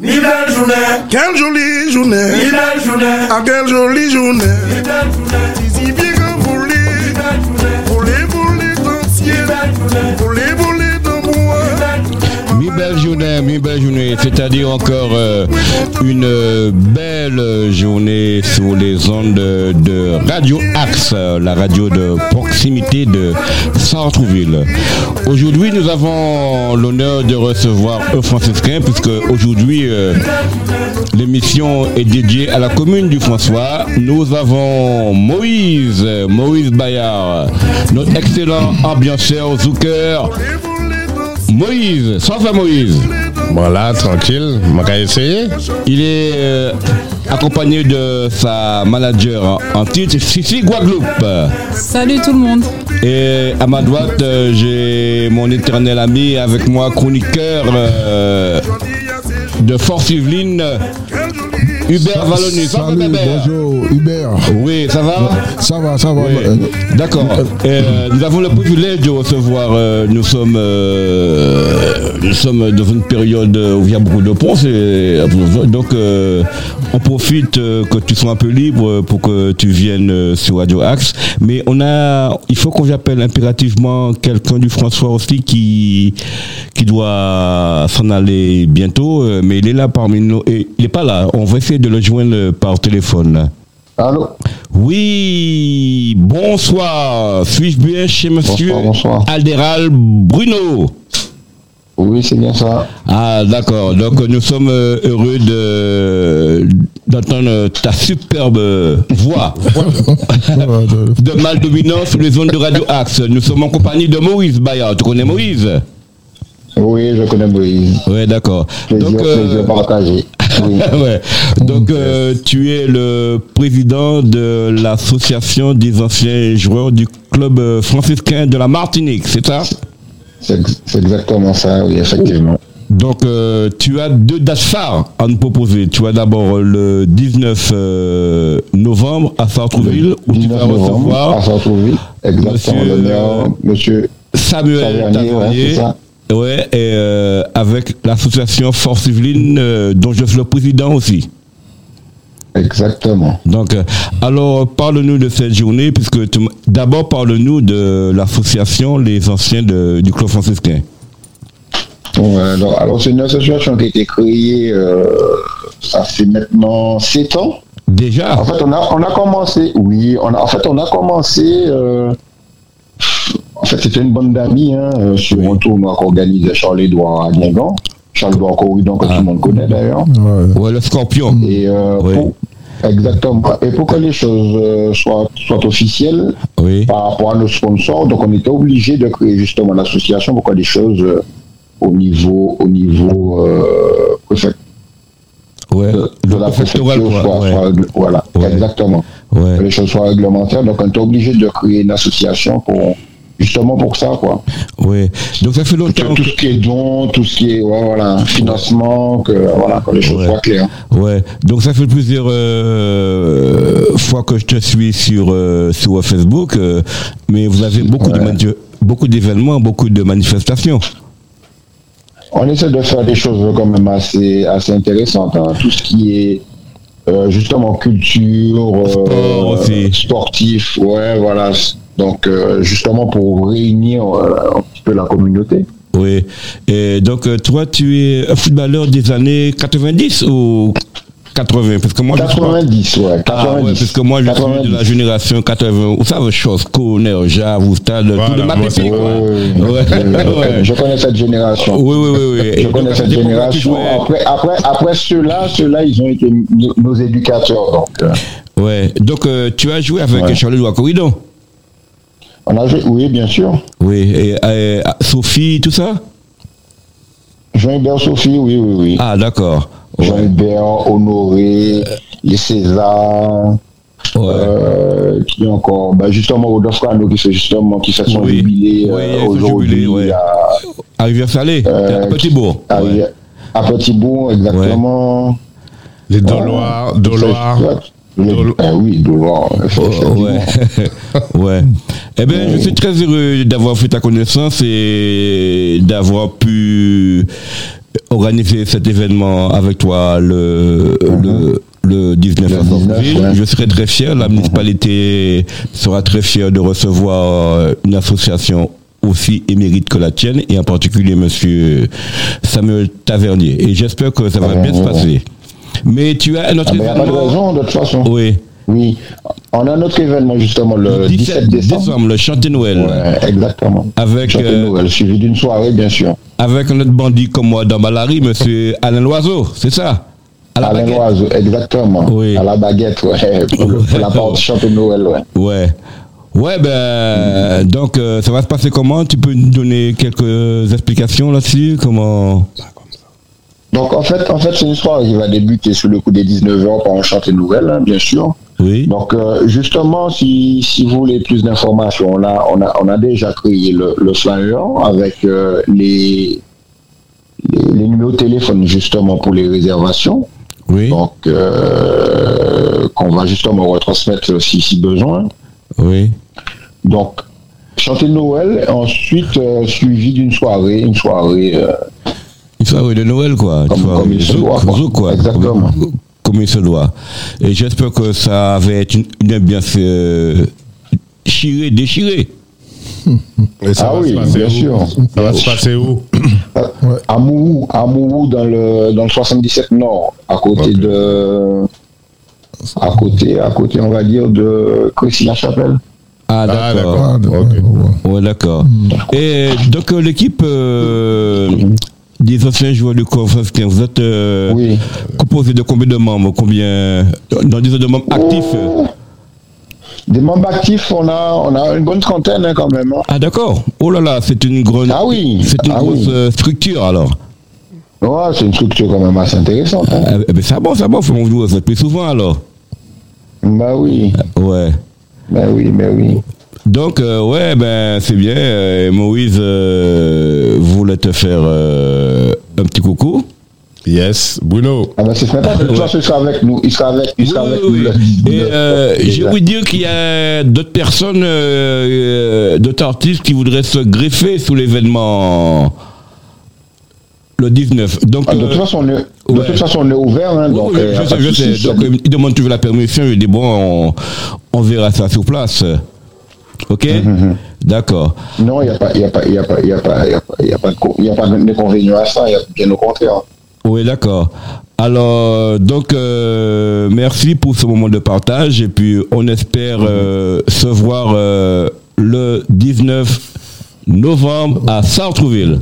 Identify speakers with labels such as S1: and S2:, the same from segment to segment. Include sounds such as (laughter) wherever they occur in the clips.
S1: Ni belle journée,
S2: Quelle jolie
S1: ni
S2: journée,
S1: belle journée,
S2: ah quelle jolie journée.
S1: ni belle journée,
S2: Ici bien que vous
S1: ni
S2: les,
S1: belle journée,
S2: vous les, vous les dans le
S1: ni
S2: ciel,
S1: belle journée,
S2: vous les, vous les dans moi.
S1: ni belle journée.
S3: Mi belle journée, mi belle journée, c'est-à-dire encore euh, une euh, belle journée sur les ondes de, de Radio Axe, euh, la radio de proximité de Centre-Ville. Aujourd'hui, nous avons l'honneur de recevoir un franciscain, puisque aujourd'hui, euh, l'émission est dédiée à la commune du François. Nous avons Moïse, euh, Moïse Bayard, notre excellent ambianceur, zouker, Moïse, sans faire Moïse.
S4: Voilà, tranquille, on va essayer.
S3: Il est euh, accompagné de sa manager en titre, Sissi Guadeloupe.
S5: Salut tout le monde.
S3: Et à ma droite, euh, j'ai mon éternel ami avec moi, chroniqueur euh,
S2: ah,
S3: de Force Yvelines, Hubert Vallonnet. Ça va,
S6: Salut,
S3: Hubert
S6: bonjour, Hubert.
S3: Oui, ça va
S6: Ça va, ça
S4: Ah,
S6: va.
S3: Oui. Euh, D'accord. Euh, nous avons le privilège de recevoir. euh, nous sommes, euh, nous sommes dans une période où il y a beaucoup de ponts. c'est- Donc, euh, on profite euh, que tu sois un peu libre pour que tu viennes euh, sur Radio Axe. Mais on a, il faut qu'on appelle impérativement quelqu'un du François aussi qui qui doit s'en aller bientôt. euh, Mais il est là parmi nous. Et il n'est pas là. On va essayer de le joindre par téléphone.
S7: Allô
S3: Oui, bonsoir. Suis-je bien chez monsieur
S7: bonsoir.
S3: Alderal Bruno
S7: Oui, c'est bien ça.
S3: Ah, d'accord. Donc, nous sommes euh, heureux de d'entendre ta superbe voix de mal dominant sur les ondes de Radio Axe. Nous sommes en compagnie de Maurice Bayard. Tu connais Maurice
S7: Oui, je connais Moïse.
S3: Ouais, d'accord.
S7: Plaisir,
S3: euh,
S7: plaisir partagé. Oui.
S3: (laughs) ouais. Donc euh, tu es le président de l'association des anciens joueurs du club euh, franciscain de la Martinique, c'est ça
S7: C'est ex- c'est exactement ça, oui, effectivement.
S3: Donc euh, tu as deux dates phares à nous proposer. Tu as d'abord euh, le 19 euh, novembre à Sartrouville où tu
S7: 19
S3: vas
S7: novembre,
S3: recevoir
S7: à Sartrouville. Exactement,
S3: Monsieur- euh,
S7: l'honneur, monsieur.
S3: Samuel
S7: Tavernier, ouais,
S3: Tavernier.
S7: c'est ça.
S3: Ouais, et euh, avec l'association Force Yveline euh, dont je suis le président aussi.
S7: Exactement.
S3: Donc, euh, alors, parle-nous de cette journée, puisque tu m- d'abord, parle-nous de l'association Les Anciens de- du Club franciscain.
S7: Bon, euh, alors, alors, c'est une association qui a été créée, euh, ça fait maintenant 7 ans.
S3: Déjà
S7: En fait, on a, on a commencé, oui, on a, en fait, on a commencé. euh, en fait, c'était une bande d'amis hein, euh, sur un tournoi qu'organisait Charles-Édouard à Guingamp. Charles-Édouard Corridon, que tout le monde connaît d'ailleurs.
S4: Mm.
S3: Ouais, le scorpion.
S7: Et euh,
S3: Oui.
S7: pour- exactement. Et pour que les choses euh, soient, soient officielles
S3: Oui.
S7: par rapport à nos sponsors, donc on était obligé de créer justement l'association pour que les choses euh, au niveau au niveau euh, préfect-
S3: Ouais.
S7: de, euh, de la préfecture soient,
S3: quoi. Ouais.
S7: soient régl- voilà
S3: Ouais.
S7: exactement
S3: Ouais.
S7: que les choses soient réglementaires donc on était obligé de créer une association pour justement pour ça quoi
S3: ouais. Donc, ça fait longtemps
S7: Que tout
S3: que...
S7: ce qui est don tout ce qui est ouais, voilà financement que voilà que les hein. choses
S3: Ouais.
S7: soient claires
S3: Ouais. Donc, ça fait plusieurs euh, fois que je te suis sur, euh, sur Facebook, euh, mais vous avez beaucoup de mani- beaucoup d'événements, beaucoup de manifestations.
S7: On essaie de faire des choses quand même assez, assez intéressantes. hein. Tout ce qui est euh, justement culture, euh,
S3: Sport aussi.
S7: sportif, ouais, voilà. Donc euh, justement pour réunir euh, un petit peu la communauté.
S3: Oui. Et donc, euh, toi, tu es un footballeur des années 90 ou 80 Parce que moi, Ah, je suis pas-
S7: 90, ouais. 90.
S3: Ah ouais, parce que moi, je
S7: 90.
S3: suis de la génération 80. Vous savez, chose, Corner, Jave, Oustad, tout
S4: Voilà,
S3: de ma
S4: moi,
S3: pépite,
S4: c'est-
S3: quoi.
S7: Ouais, ouais, ouais.
S3: Ouais.
S7: Je connais cette génération.
S3: Oui, oui, oui, oui. Et
S7: Je
S3: donc,
S7: connais
S3: à
S7: cette
S3: cette époque-là, tu
S7: génération.
S3: jouais-
S7: Après, après, après ceux-là, ceux-là, ils ont été nos- nos éducateurs. Donc, euh,
S3: Ouais. Donc, euh, tu as joué avec
S7: Ouais.
S3: Charles Lois Corridon.
S7: on a joué, oui, bien sûr.
S3: Oui. Et, euh, Sophie, tout ça
S7: Jean-Hubert Sophie, oui, oui, oui.
S3: Ah, d'accord. Ouais.
S7: Jean-Hubert, Honoré, les Césars,
S3: Ouais.
S7: euh, qui encore, bah justement Rodolphe Cano qui fait justement qui fait son
S3: Oui.
S7: jubilé
S3: Oui, il
S7: euh,
S3: a fait jubilé,
S7: aujourd'hui
S3: ouais.
S7: à,
S3: À Rivière-Salée,
S7: euh,
S3: à Petit-Bourg.
S7: à,
S3: Ouais.
S7: à Petit-Bourg, exactement.
S4: Les Doloirs, Doloirs.
S7: Le-
S4: Dolo-
S7: ah oui, Ah, Doloir.
S3: Oh, ouais. (laughs) ouais. Eh bien, je suis très heureux d'avoir fait ta connaissance et d'avoir pu organiser cet événement avec toi le, le, le 19
S7: Le 19,
S3: avril.
S7: ouais.
S3: Je serai très fier. La municipalité sera très fière de recevoir euh, une association aussi émérite que la tienne, et en particulier Monsieur Samuel Tavernier. Et j'espère que ça va
S7: Ah,
S3: bien se
S7: ouais,
S3: passer. Mais tu as un autre
S7: Il n'y a pas de
S3: événement-
S7: raison, hein. de toute façon. Oui.
S3: Oui.
S7: On a notre événement, justement, le 17 Euh, décembre.
S3: le chant de Noël.
S7: Ouais, exactement.
S3: Avec,
S7: Chante
S3: euh,
S7: Noël, suivi d'une soirée, bien sûr.
S3: Avec notre bandit comme moi dans Malari,
S7: (laughs)
S3: monsieur Alain Loiseau, c'est ça À la
S7: Alain
S3: baguette.
S7: Loiseau, exactement.
S3: Oui.
S7: À la baguette, ouais. Pour, le- pour la porte Chante Noël, ouais.
S3: Ouais. Ouais, ben, donc euh, ça va se passer comment Tu peux nous donner quelques explications là-dessus Comment
S7: Donc, en fait, en fait c'est une soirée qui va débuter sous le coup des 19h par un Chante Noël, hein, bien sûr.
S3: Oui.
S7: Donc, euh, justement, si, si vous voulez plus d'informations, on a, on a, on a déjà créé le, le flyer avec euh, les, les, les numéros de téléphone, justement, pour les réservations.
S3: Oui.
S7: Donc, euh, qu'on va justement retransmettre si, si besoin.
S3: Oui.
S7: Donc, chanter Noël, ensuite euh, suivi d'une soirée, une soirée euh,
S3: Une soirée de Noël, quoi. Une
S7: Comme-
S3: soirée
S7: comme il se
S3: zouk-
S7: doit, quoi.
S3: zouk, quoi.
S7: Exactement.
S3: Comme, comme il se doit. Et j'espère que ça va être une, une ambiance euh, chirée, déchirée.
S4: Et ça
S7: Ah
S4: va
S7: oui,
S4: se passer
S7: bien
S4: où
S7: sûr.
S4: Ça va se passer où
S7: à Mourou, à Mourou dans le dans le 77 Nord, à côté
S4: Ok.
S7: de à côté, à côté, on va dire de Crécy-la-Chapelle.
S3: Ah,
S4: Ah,
S3: d'accord.
S4: d'accord. Ok.
S3: Ouais, d'accord.
S7: Mm.
S3: Et donc euh, l'équipe euh, des anciens joueurs du Corps 15, vous êtes euh,
S7: Oui.
S3: composé de combien de membres Combien Dans des de membres actifs euh.
S7: Des membres actifs, on a on a une bonne trentaine hein, quand même. hein.
S3: Ah, d'accord. Oh là là, c'est une grosse.
S7: Ah oui.
S3: C'est une
S7: Ah
S3: grosse
S7: oui.
S3: euh, structure alors.
S7: Ouais, c'est une structure quand même assez intéressante. hein.
S3: Ah, eh ben, ça bon, ça bon, faut qu'on joue ça plus souvent alors.
S7: Bah oui,
S3: Ouais.
S7: bah oui, bah oui.
S3: Donc euh, ouais ben c'est bien. euh, Moïse euh, voulait te faire euh, un petit coucou.
S4: Yes, Bruno.
S7: Ah ben c'est sympa, de toute façon, il sera avec nous, il sera avec, il
S3: Oui,
S7: sera avec
S3: oui,
S7: nous.
S3: oui.
S7: le 19.
S3: Et euh, j'ai
S7: Déjà.
S3: ouï dire qu'il y a d'autres personnes, euh, euh, d'autres artistes qui voudraient se greffer sous l'événement le 19. Donc,
S7: Ah, de
S3: euh,
S7: toute façon, on est, de
S3: ouais.
S7: toute façon, on est ouvert. Hein,
S3: oui,
S7: donc,
S3: oui,
S7: euh,
S3: je
S7: pas
S3: sais,
S7: de
S3: je sais.
S7: souci.
S3: Donc, euh, il demande toujours la permission. Je dis bon, on, on verra ça sur place. Ok,
S7: Mm-hmm.
S3: d'accord.
S7: Non, il n'y a pas, il y a pas, il y a pas, il y a pas, il y a pas, il y a pas, de co- il y a pas d'inconvénient à ça. Il y a bien au contraire.
S3: Oui, d'accord. Alors, donc, euh, merci pour ce moment de partage. Et puis, on espère euh, se voir euh, le 19 novembre à Sartrouville.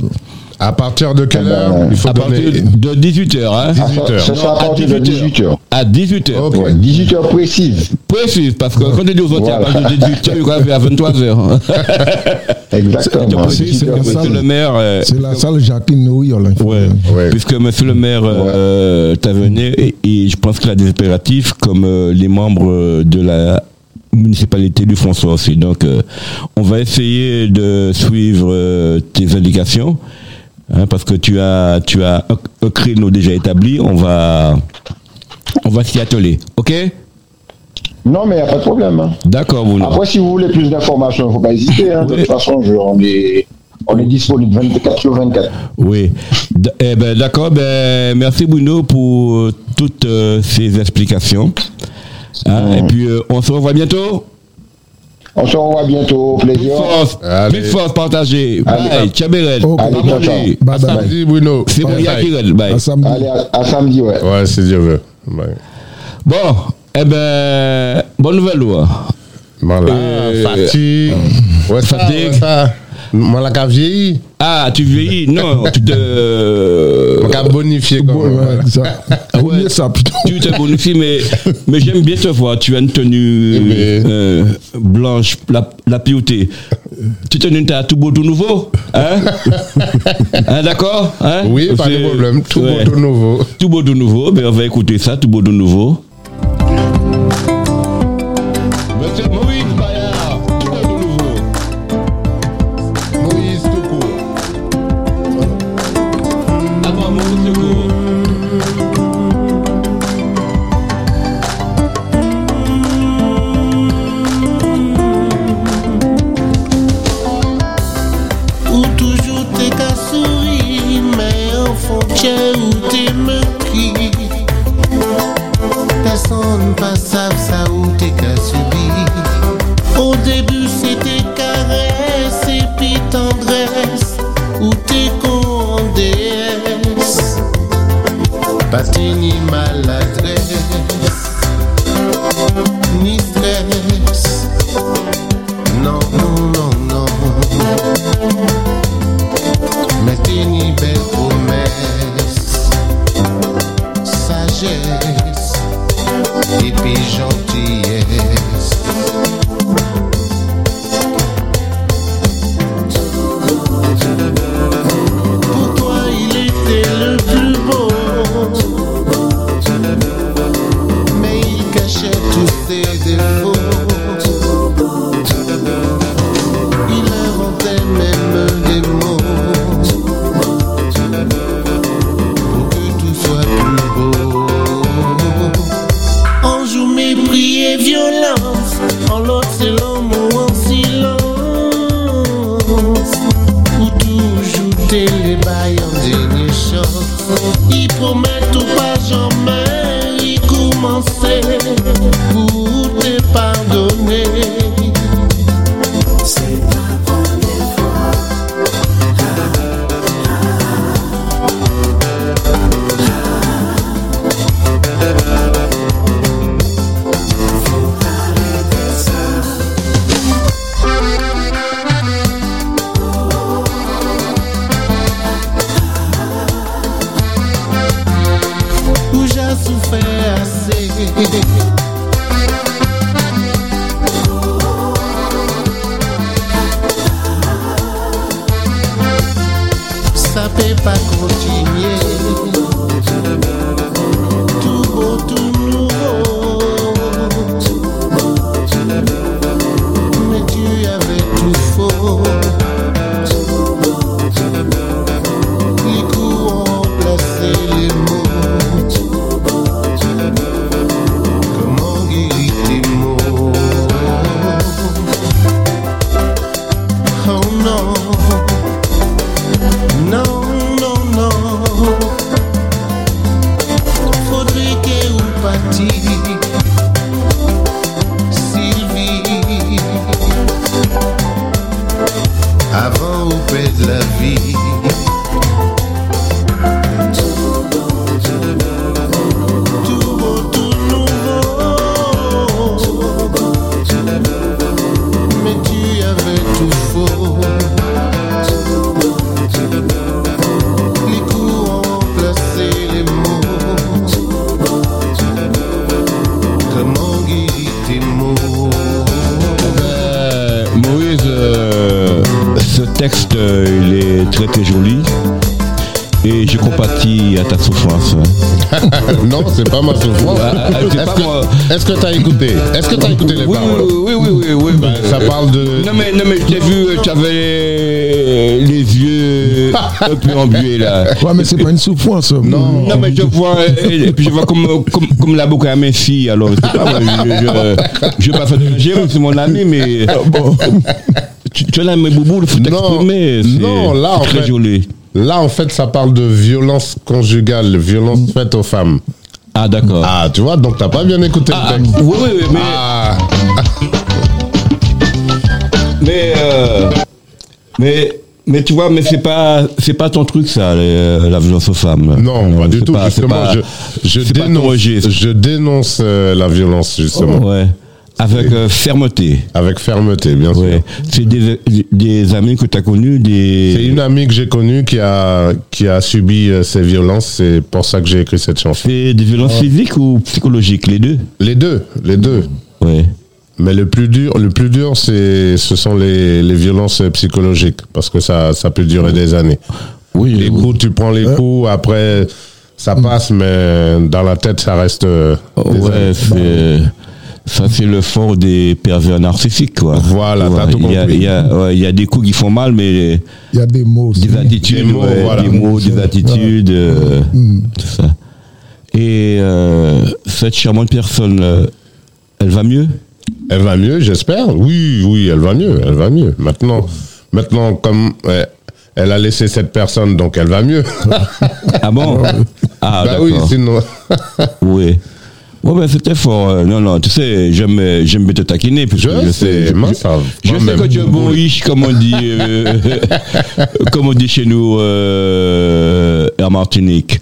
S4: À partir de quelle
S7: Ah ben,
S6: bah,
S4: heure Il faut
S3: À partir de
S4: donner.
S3: 18h. Hein,
S7: Ah, ça-
S4: 18 heures.
S7: Ce sera à
S3: Non, à
S7: partir de
S3: 18
S7: 18h.
S3: à 18h.
S4: Ok.
S7: Ouais, 18h précise.
S3: Précise, parce que quand on dit aux autres, à
S7: Voilà.
S3: partir de 18h, il va à 23h.
S7: Ah, Exactement.
S3: Précise,
S6: c'est
S7: h
S6: comme ça.
S3: monsieur le maire. euh,
S6: C'est la salle Jacqueline Nouillol.
S3: Ouais.
S4: Ouais.
S3: Puisque monsieur le maire euh, Tavernier, et, et je pense qu'il a des impératifs comme euh, les membres euh, de la municipalité du François aussi. Donc euh, on va essayer de suivre euh, tes indications. hein, parce que tu as tu as un, un créneau déjà établi, on va on va s'y atteler. OK
S7: Non, mais il n'y a pas de problème. hein.
S3: D'accord, Bruno.
S7: Après, si vous voulez plus d'informations, il ne faut pas hésiter. hein. De
S3: Ouais.
S7: toute façon, je, on, est, on est disponible 24 sur 24.
S3: Oui. D- eh ben, d'accord. Ben, merci Bruno pour euh, toutes euh, ces explications. Hein, Et puis euh, on se revoit bientôt.
S7: On se revoit bientôt. Au
S3: Big
S7: plaisir.
S3: force,
S4: Allez.
S3: big force partagée.
S7: Allez.
S3: Bye, Tchaberel.
S6: Ok.
S7: Allez, ciao, ciao.
S3: Bambolé.
S6: Bye bye.
S4: Samedi, Ah, Bruno.
S3: C'est
S4: Bye.
S3: Maria Kirel. Bye.
S6: bah, À samedi.
S7: Allez, à, à samedi, ouais.
S4: Ouais, si Dieu veut. Ouais.
S3: Bon, eh ben, bonne nouvelle, loi.
S4: Voilà.
S3: Euh,
S4: Fatigue. Ouais, ça,
S3: fatigue.
S4: ouais, ça. Moi, la qu'a vieilli.
S3: Ah, tu vieillis Non, tu te. euh,
S4: Moi, qu'a bonifié. quand même, voilà.
S6: Ouais,
S4: (laughs)
S6: ça. Vaut mieux ça plutôt.
S3: Tu te bonifies, mais, mais j'aime bien te voir. Tu as une tenue
S4: Oui.
S3: euh, blanche, la, la piauté. Tu te donnes t'as tout beau, tout nouveau Hein, Hein, D'accord Hein
S4: Oui, pas de
S3: C'est-
S4: problème. Tout
S3: ouais.
S4: bon, tout nouveau.
S3: Tout beau, tout nouveau. Ben, on va écouter ça, tout beau, tout nouveau. Monsieur Moïse Bayard, tout beau, tout nouveau.
S4: Moïse, tout court.
S3: Avant mon secours.
S8: Ou toujou te ka souri, men an fontye Parti ni maladresse, ni stress. Non, non, non, non. Mettez ni belle promesse, sagesse, et puis gentillesse. Pour toi, il était le plus beau. Mais il cachait tous ses défauts. Il inventait même des mots. Pour que tout soit plus beau. Un jour, mépris et violence. En l'autre, c'est l'amour en silence. Ou toujou te le bay an denye chans I promet ou pa jamen y koumanse Pou te pardonne Ou ja soufe ase Sa pe pa kontinye Tou bo tou nouvo Mais tu avais tout faux. Les coups ont remplacé les mots. Comment guérir tes mots? Oh non, non, non, non. Faudrait que ou partir. Sylvie Avant ou perdre la vie Tout beau, tout nouveau Mais tu avais tout faux Les coups ont remplacé les mots Comment guérir tes mots
S3: Euh, Moïse, euh, ce texte, euh, il est très très joli. Et je compatis à ta souffrance. hein.
S4: Non, c'est pas ma souffrance.
S3: Ah, ah, c'est pas
S4: Est-ce
S3: moi.
S4: que- Est-ce que t'as écouté Est-ce que t'as écouté les
S3: Oui,
S4: paroles
S3: oui, oui, oui, oui, oui. ben, euh,
S4: Bah, Ça parle de.
S3: Non mais, non mais je t'ai vu, euh, tu avais les, les (laughs) yeux un peu embués là.
S6: Ouais, mais c'est pas une souffrance.
S4: hein.
S6: Non.
S3: Non
S4: (laughs)
S3: mais je vois, euh, et puis je vois comme, comme, comme la boucle à mes filles, alors c'est pas moi, je- je ne vais pas faire de Jérôme, c'est mon ami, mais tu, tu as là mes bouboules, il faut
S4: Ah Non.
S3: t'exprimer, c'est
S4: Non, là, en
S3: c'est très
S4: fait-
S3: joli.
S4: Là, en fait, ça parle de violence conjugale, violence faite aux femmes.
S3: Ah d'accord.
S4: Ah, tu vois, donc t'as pas bien écouté
S3: Ah,
S4: le texte.
S3: oui, oui, oui, mais,
S4: Ah,
S3: mais, euh, mais, mais tu vois, mais c'est pas, c'est pas ton truc ça, les- euh, la violence aux femmes.
S4: non, pas du
S3: c'est
S4: tout.
S3: pas- c'est
S4: justement,
S3: pas-
S4: je, je
S3: c'est pas ton
S4: dénonce,
S3: registre.
S4: je dénonce euh, la violence, justement.
S3: Ouais. Avec euh, fermeté.
S4: Avec fermeté, bien sûr.
S3: Ouais. C'est des, des amis que tu as connus, des.
S4: C'est une amie que j'ai connue qui a, qui a subi euh, ces violences. C'est pour ça que j'ai écrit cette chanson.
S3: C'est des violences physiques ou psychologiques, les deux
S4: Les deux, les deux.
S3: Ouais.
S4: Mais le plus dur, le plus dur, c'est, ce sont les, les violences psychologiques, parce que ça, ça peut durer des années.
S3: Oui, euh,
S4: Les coups, tu prends les coups, après, ça passe, mais dans la tête, ça reste. euh, des années.
S3: Ouais, c'est. euh, Ça, c'est le fort des pervers narcissiques, quoi.
S4: Voilà,
S3: Ouais,
S4: t'as tout
S3: Il y a-
S4: compris.
S3: il y, a- ouais, il y a des coups qui font mal, mais
S6: Il y a des mots. aussi.
S3: des attitudes,
S4: Des mots,
S3: ouais,
S4: voilà. Mm.
S3: des, mots, des attitudes, euh, tout ça. Et euh, cette charmante personne, euh, elle va mieux
S4: Elle va mieux, j'espère. Oui, oui, elle va mieux, elle va mieux. Maintenant, maintenant, comme euh, elle a laissé cette personne, donc elle va mieux.
S3: Ah bon Ah,
S4: (laughs) bah
S3: d'accord.
S4: oui, sinon.
S3: Oui. Ouais, ben c'était fort. euh, non, non, tu sais, j'aime, euh, j'aime bien te taquiner. puisque
S4: Je sais, mince, ça
S3: Je
S4: va
S3: sais
S4: même.
S3: que tu es un bon riche, comme on dit, euh,
S4: (laughs)
S3: comme on dit chez nous euh, en Martinique.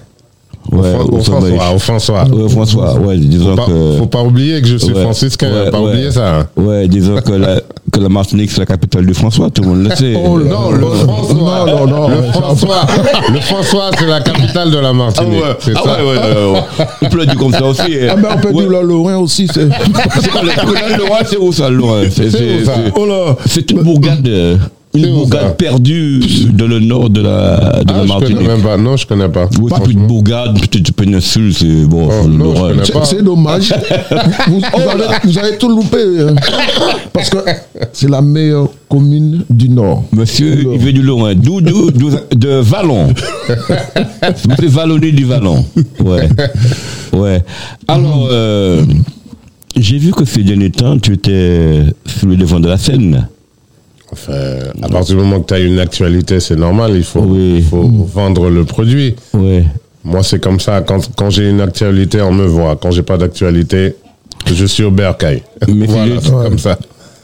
S3: Ouais,
S4: Au Fran- au
S3: au sommeil.
S4: François, au François.
S3: Ouais, François, ouais, disons
S4: Faut pas,
S3: que.
S4: Bah, faut pas oublier que je suis
S3: euh, Ouais,
S4: franciscain,
S3: ouais,
S4: pas
S3: ouais.
S4: oublier ça. hein.
S3: Ouais, disons que la, que la Martinique, c'est la capitale de François, tout le
S4: (laughs)
S3: monde le sait.
S6: Oh là.
S4: Non, le
S6: Non,
S4: François.
S6: non, non,
S4: le
S6: ouais, ça-
S4: François, le François, c'est la capitale de la
S3: Ah ouais,
S4: Martinique. c'est
S3: ah
S4: ça.
S3: ouais, ouais, ouais, ouais. On peut le dire comme ça aussi.
S6: Ah, mais on peut
S3: Ouais.
S6: dire le Lorrain aussi. c'est-
S3: (laughs) C'est pas le Lorrain, le Lorrain, c'est où ça, le Lorrain C'est
S4: où, ça
S3: c'est-
S6: Oh là
S3: C'est une bourgade, euh, une
S4: C'est où, ça
S3: bourgade perdue dans le nord de la, de la
S4: Ah, je connais
S3: Martinique.
S4: même pas. Non, je connais pas.
S3: Oui, c'est une bourgade, petite péninsule, c'est bon,
S4: Oh,
S3: le
S4: non, je
S3: Lorrain.
S4: connais
S6: C'est-
S4: pas.
S6: C'est
S4: (laughs)
S6: dommage. vous, vous avez, vous avez tout loupé. hein. Parce que c'est la meilleure commune du Nord.
S4: Oh,
S3: Monsieur, il veut du Lorrain. D'où, d'où, d'où- de
S4: (laughs)
S3: Vallon. Monsieur Vallonné du Vallon. Ouais. Ouais. Alors, euh, j'ai vu que ces derniers temps, tu étais euh, sur le devant de la scène.
S4: Enfin, à partir du moment que tu as une actualité, c'est normal. Il faut,
S3: Oui.
S4: il faut vendre le produit.
S3: Ouais.
S4: Moi, c'est comme ça. Quand, quand j'ai une actualité, on me voit. Quand j'ai pas d'actualité, je suis au bercail.
S3: Mais c'est
S4: (laughs) voilà,
S3: juste-
S4: c'est comme ça.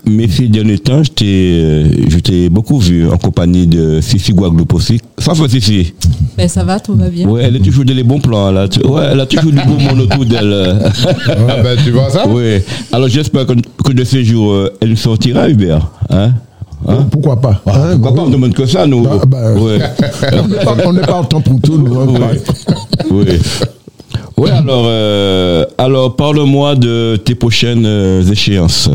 S3: Mais ces derniers temps, je t'ai, euh, je t'ai beaucoup vu en compagnie de Sissi Guaglopaussi. Ça fait Sissi.
S5: Ben, ça va, tout va bien.
S3: Ouais, elle est toujours dans les bons plans. Là. Tu- Ouais, elle a toujours du beau monde autour d'elle. (laughs)
S4: Ah ben, tu vois ça
S3: oui. Alors j'espère que, que de ces jours, euh, elle sortira, Hubert. Hein Hein
S6: Pourquoi pas hein,
S4: Bah
S3: Pourquoi
S6: oui.
S3: pas on demande que ça, nous
S6: Bah, bah,
S3: Ouais.
S6: On n'est pas- on n'est pas autant pour tout,
S4: euh,
S3: (laughs)
S6: nous. hein, pareil.
S3: oui. Ouais, alors, euh, alors parle-moi de tes prochaines euh, échéances.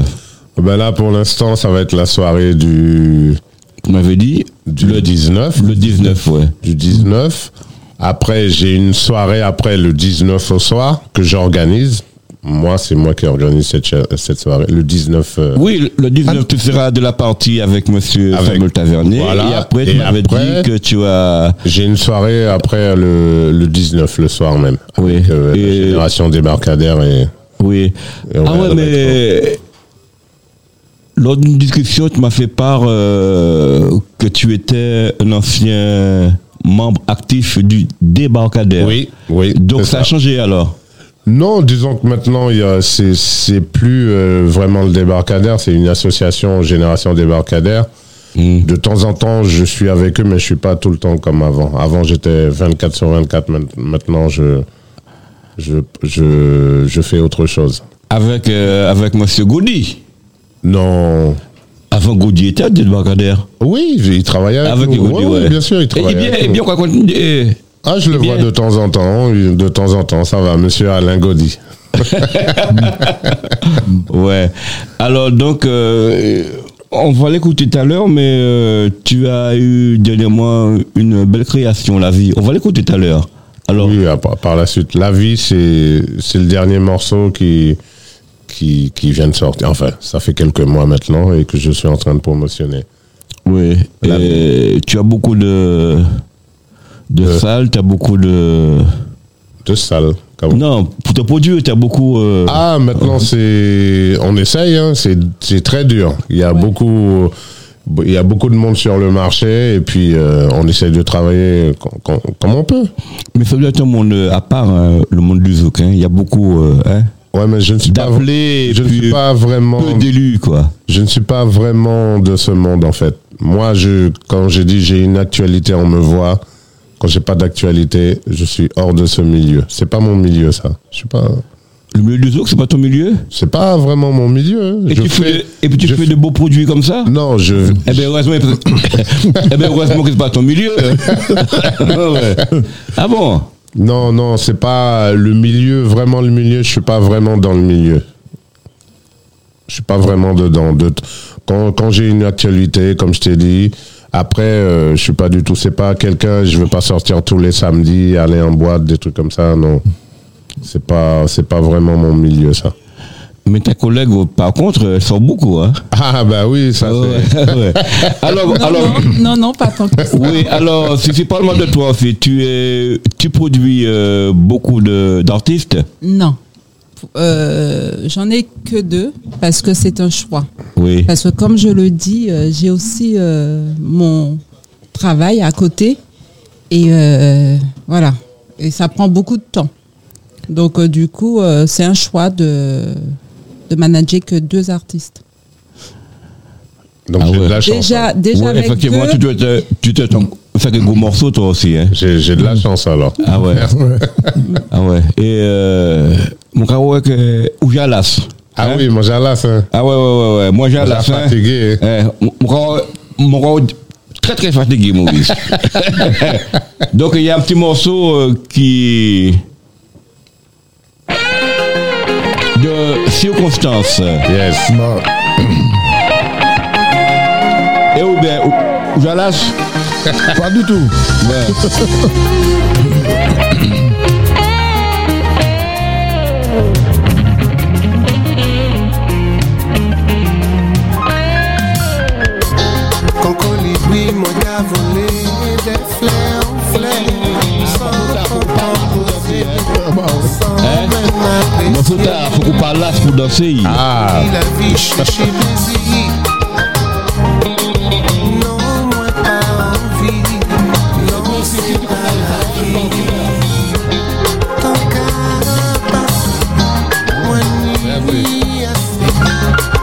S4: Ben là, pour l'instant, ça va être la soirée du,
S3: Tu m'avais dit
S4: du le 19.
S3: le 19, ouais.
S4: Du 19. Après, j'ai une soirée après le 19 au soir que j'organise. Moi, c'est moi qui organise cette, cha- cette soirée. Le 19. euh,
S3: Oui, le 19, tu feras de la partie avec monsieur
S4: Avec-
S3: Samuel Tavernier.
S4: Voilà.
S3: Et après, tu
S4: Et
S3: m'avais
S4: après-
S3: dit que tu as...
S4: J'ai une soirée après le, le 19, le soir même.
S3: Oui.
S4: Avec, euh, la
S3: Et-
S4: génération débarcadère et.
S3: Oui.
S4: Et on
S3: ah
S4: verra
S3: ouais, mais lors d'une discussion, tu m'as fait part euh, que tu étais un ancien membre actif du débarcadère.
S4: Oui, oui.
S3: Donc
S4: c'est
S3: ça a changé alors.
S4: Non, disons que maintenant, il y a- c'est- c'est plus euh, vraiment le débarcadère, c'est une association Génération Débarcadère.
S3: Hmm.
S4: De temps en temps, je suis avec eux, mais je suis pas tout le temps comme avant. Avant, j'étais 24 sur 24. main- Maintenant, je, je, je, je fais autre chose.
S3: Avec euh, avec Monsieur Goudi.
S4: Non.
S3: Avant Goudi était au débarcadère.
S4: Oui, il travaille avec,
S3: Avec
S4: nous.
S3: Goudi,
S4: Ouais,
S3: ouais.
S4: Euh, oui, bien sûr, il travaille
S3: Et bien,
S4: avec
S3: et
S4: nous.
S3: bien quoi continue. eh.
S4: Ah, je le
S3: bien.
S4: vois de temps en temps. De temps en temps, ça va. Monsieur Alain Gaudy.
S3: Ouais. Alors donc euh, on va l'écouter tout à l'heure, mais euh, tu as eu dernièrement une belle création, la vie. On va l'écouter tout à l'heure. Alors
S4: Oui, à par, par la suite. La vie, c'est c'est le dernier morceau qui, qui, qui vient de sortir. Enfin, ça fait quelques mois maintenant et que je suis en train de promotionner.
S3: Oui,
S4: La-
S3: et euh, tu as beaucoup de, de
S4: Euh.
S3: salles, tu as beaucoup de...
S4: Deux salles. comme-
S3: Non, pour te produire, tu as beaucoup... euh,
S4: Ah, maintenant, c'est on essaye. hein. C'est c'est très dur. Il y a beaucoup. Il y a beaucoup de monde sur le marché et puis euh, on essaye de travailler com- com- comme on peut.
S3: Mais ça doit être un monde euh, à part, hein, le monde du zouk, hein, il y a beaucoup euh, hein,
S4: Ouais, mais je ne suis pas,
S3: d'appelés,
S4: je ne suis
S3: puis
S4: pas vraiment.
S3: peu d'élus, quoi.
S4: Je ne suis pas vraiment de ce monde en fait. Moi, je, quand j'ai dit j'ai une actualité, on me voit. Quand j'ai pas d'actualité, je suis hors de ce milieu. C'est pas mon milieu ça. Je suis pas.
S3: Le milieu du zouk, c'est pas ton milieu
S4: C'est pas vraiment mon milieu. hein.
S3: et
S4: je
S3: tu, fais, de- et puis tu
S4: je
S3: fais de beaux produits comme ça
S4: Non, je.
S3: Eh bien, heureusement, (coughs) eh ben, heureusement que c'est pas ton milieu. Ouais. (laughs) Ah bon
S4: Non, non, c'est pas le milieu. Vraiment le milieu. Je suis pas vraiment dans le milieu. Je suis pas vraiment dedans. De quand quand j'ai une actualité, comme je t'ai dit, après, euh, je suis pas du tout. C'est pas quelqu'un. Je veux pas sortir tous les samedis, aller en boîte, des trucs comme ça. Non, c'est pas c'est pas vraiment mon milieu ça. (laughs)
S3: Mais tes collègues, par contre, elles sont beaucoup, hein
S4: Ah bah oui, ça
S3: (laughs)
S4: c'est.
S3: Ouais, ouais. Alors,
S5: Non,
S3: alors,
S5: non, non, non, pas tant
S3: (laughs)
S5: que ça.
S3: Oui, alors, si c'est parle-moi de toi, si tu, es, tu produis euh, beaucoup de- d'artistes.
S5: Non. Euh, J'en ai que deux parce que c'est un choix.
S3: Oui.
S5: Parce que comme je le dis, euh, j'ai aussi euh, mon travail à côté. Et euh, voilà. Et ça prend beaucoup de temps. Donc euh, du coup, euh, c'est un choix de, de manager que deux artistes.
S4: Donc
S3: Ah
S4: j'ai
S3: ouais.
S4: de la chance.
S5: Déjà,
S4: hein.
S5: déjà
S3: Ouais,
S5: avec
S3: effectivement,
S5: deux,
S3: tu dois être, tu dois être en, Fait que gros morceau toi aussi, hein.
S4: J'ai j'ai de la chance alors.
S3: Ah ouais. ah ouais. Et euh, mon carreau avec euh, ou Jalas.
S4: Ah
S3: Hein?
S4: oui, mon jalas. hein.
S3: Ah ouais, ouais, ouais, ouais. Moi, j'ai à la
S4: Déjà
S3: fin.
S4: fatigué, hein.
S3: Eh, mon- mon corps- mon corps très, très fatigué,
S4: (laughs)
S3: Maurice. Donc, il y a un petit morceau euh, qui. de circonstance.
S4: Yes.
S6: Non.
S3: Et ou bien, ou- ou
S4: (laughs)
S3: Jalas
S6: Pas du tout.
S8: Kon kolibri mwen ka vole De fle en fle San kontan pose San men
S3: Mon faut
S8: apresi
S3: tard, faut qu'on parle là pour danser.
S4: Ah,
S8: La vi cheche plezi Non mwen pa anvi Non se pa la vi Tan ka pas Mwen ni ase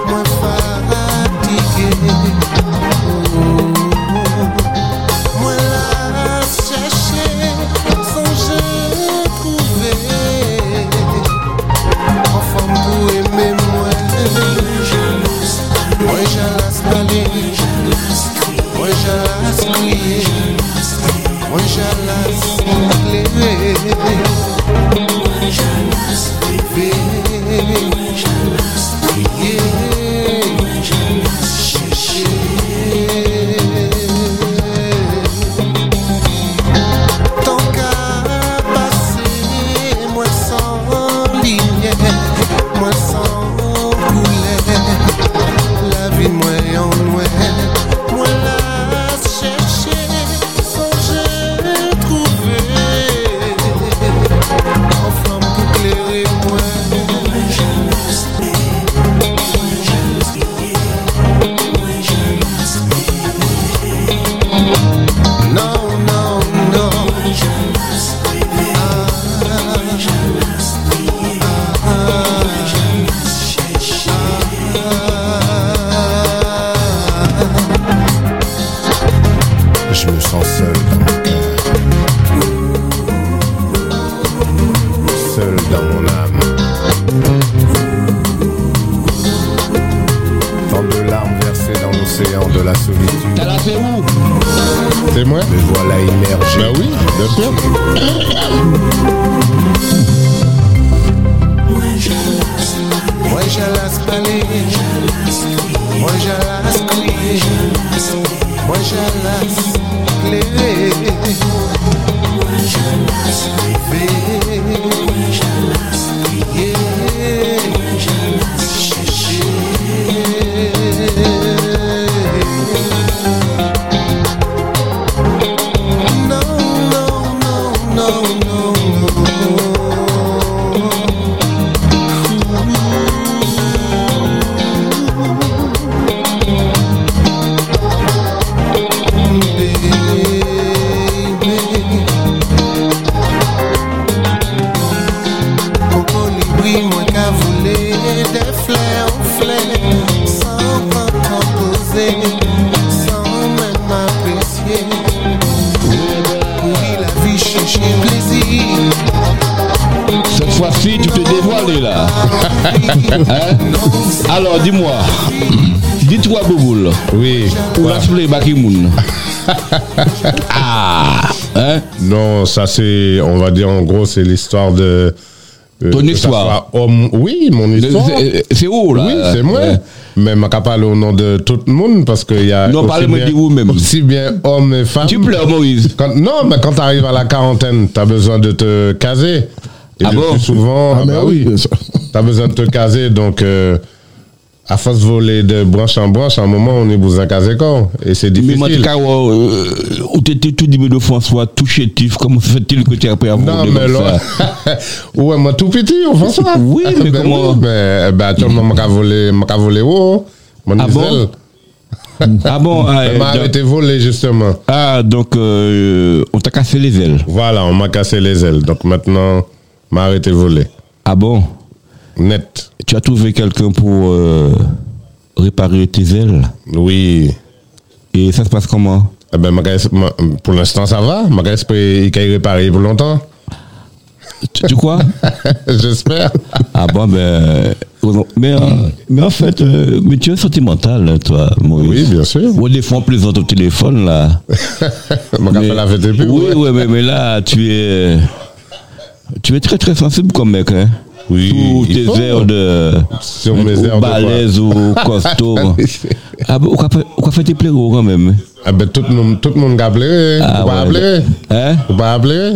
S8: Mwen fatige Mwen la chache, sonje trouve An fam pou eme mwen Jalouse, mwen jalas pale Mwen jalas kriye Mwen jalas pleve Mwen jalas prive Mwen jalas priye Mwen jalas chache Ton ka pase, mwen san linye, mwen san koule La vi mwen yon mwen, mwen las chèche, sonje trouve An flam pou kleri mwen, mwen jalous Mwen jalous mwen jalous No, no, no
S2: Je me sens seul dans mon cœur. Seul dans mon âme. Tant de larmes versées dans l'océan de la solitude.
S4: c'est moi
S2: Me voilà immergé.
S4: Ben oui, bien sûr.
S8: Mwen jalas pale Mwen jalas kriye Mwen jalas leve Mwen jalas leve Mwen jalas kriye Mwen jalas chèche No, no, no, no, no, no Kolibri mwen ka vole De fle en fle San kontan pose San men apresye Kouri la vi chèche plezi
S3: Cette fois-ci, tu t'es dévoilé là. Hein? Alors, dis-moi. (clears throat) Dis-toi, Bouboule.
S4: Oui.
S3: Ou la play Bakimoun. Ah Hein
S4: Non, ça c'est, on va dire en gros, c'est l'histoire de. euh,
S3: Ton
S4: que ça
S3: histoire.
S4: soit homme- oui, mon histoire.
S3: C'est- C'est où là
S4: oui, c'est moi.
S3: Ouais.
S4: Mais je ne pas parler au nom de tout le monde parce qu'il y a.
S3: Non,
S4: aussi
S3: parlez-moi
S4: bien-
S3: de vous-même.
S4: Aussi bien hommes et femmes.
S3: Tu pleures, Moïse.
S4: Quand- non, mais quand tu arrives à la quarantaine, tu as besoin de te caser. Et
S3: Ah
S4: je
S3: bon
S4: suis souvent.
S6: Ah,
S4: ah
S6: mais
S4: bah
S6: oui.
S4: oui.
S6: ça.
S4: T'as besoin de te caser, donc euh, à force de voler de branche en branche, à un moment, on est besoin de caser corps. Et c'est
S3: Mais moi,
S4: difficile.
S3: oh, euh, où t'étais tout dit, mais de François, touché tif, comment fait-il que tu as appris à
S4: Non,
S3: voler
S4: mais
S3: comme
S4: là,
S3: ça
S4: (laughs) ouais, moi tout petit, on fait ça.
S3: (laughs) Oui, mais
S4: Ben
S3: comment-
S4: oui, mais, ben, tout le monde m'a volé, m'a volé, oh, mon
S3: Ah bon
S4: diesel.
S3: Ah
S4: (laughs)
S3: bon ah,
S4: Elle
S3: euh,
S4: m'a
S3: donc-
S4: arrêté voler, justement.
S3: ah, donc, euh, on t'a cassé les ailes.
S4: Voilà, on m'a cassé les ailes. Donc maintenant, m'a arrêté voler.
S3: Ah bon
S4: Net.
S3: Tu as trouvé quelqu'un pour euh, réparer tes ailes
S4: Oui.
S3: Et ça se passe comment
S4: Eh ben, ma caisse- ma- pour l'instant, ça va. Ma caisse peut il peut y réparer pour longtemps. (laughs)
S3: Tu, tu crois
S4: J'espère. (laughs)
S3: Ah bon, ben. euh, Mais, euh, mais en fait, euh, mais tu es sentimental, hein, toi, Maurice.
S4: Oui, bien sûr.
S3: Bon, des fois, on plaisante au téléphone, là.
S4: Ma caisse
S3: Mais-
S4: fait la fête et puis,
S3: Oui,
S4: ouais.
S3: oui, mais, mais là, tu es. euh, Tu es très très sensible comme mec, hein.
S4: Oui,
S3: Tous
S4: il
S3: tes
S4: faut.
S3: airs de.
S4: Sur mes airs de quoi
S3: balèze ou costaud.
S4: (laughs)
S3: ah bon, quoi fait tes plairos quand même
S4: Ah ben, tout le monde, tout le monde a appelé.
S3: Ah,
S4: Vous pas
S3: ouais.
S4: appelé.
S3: Hein
S4: Vous pas appelé.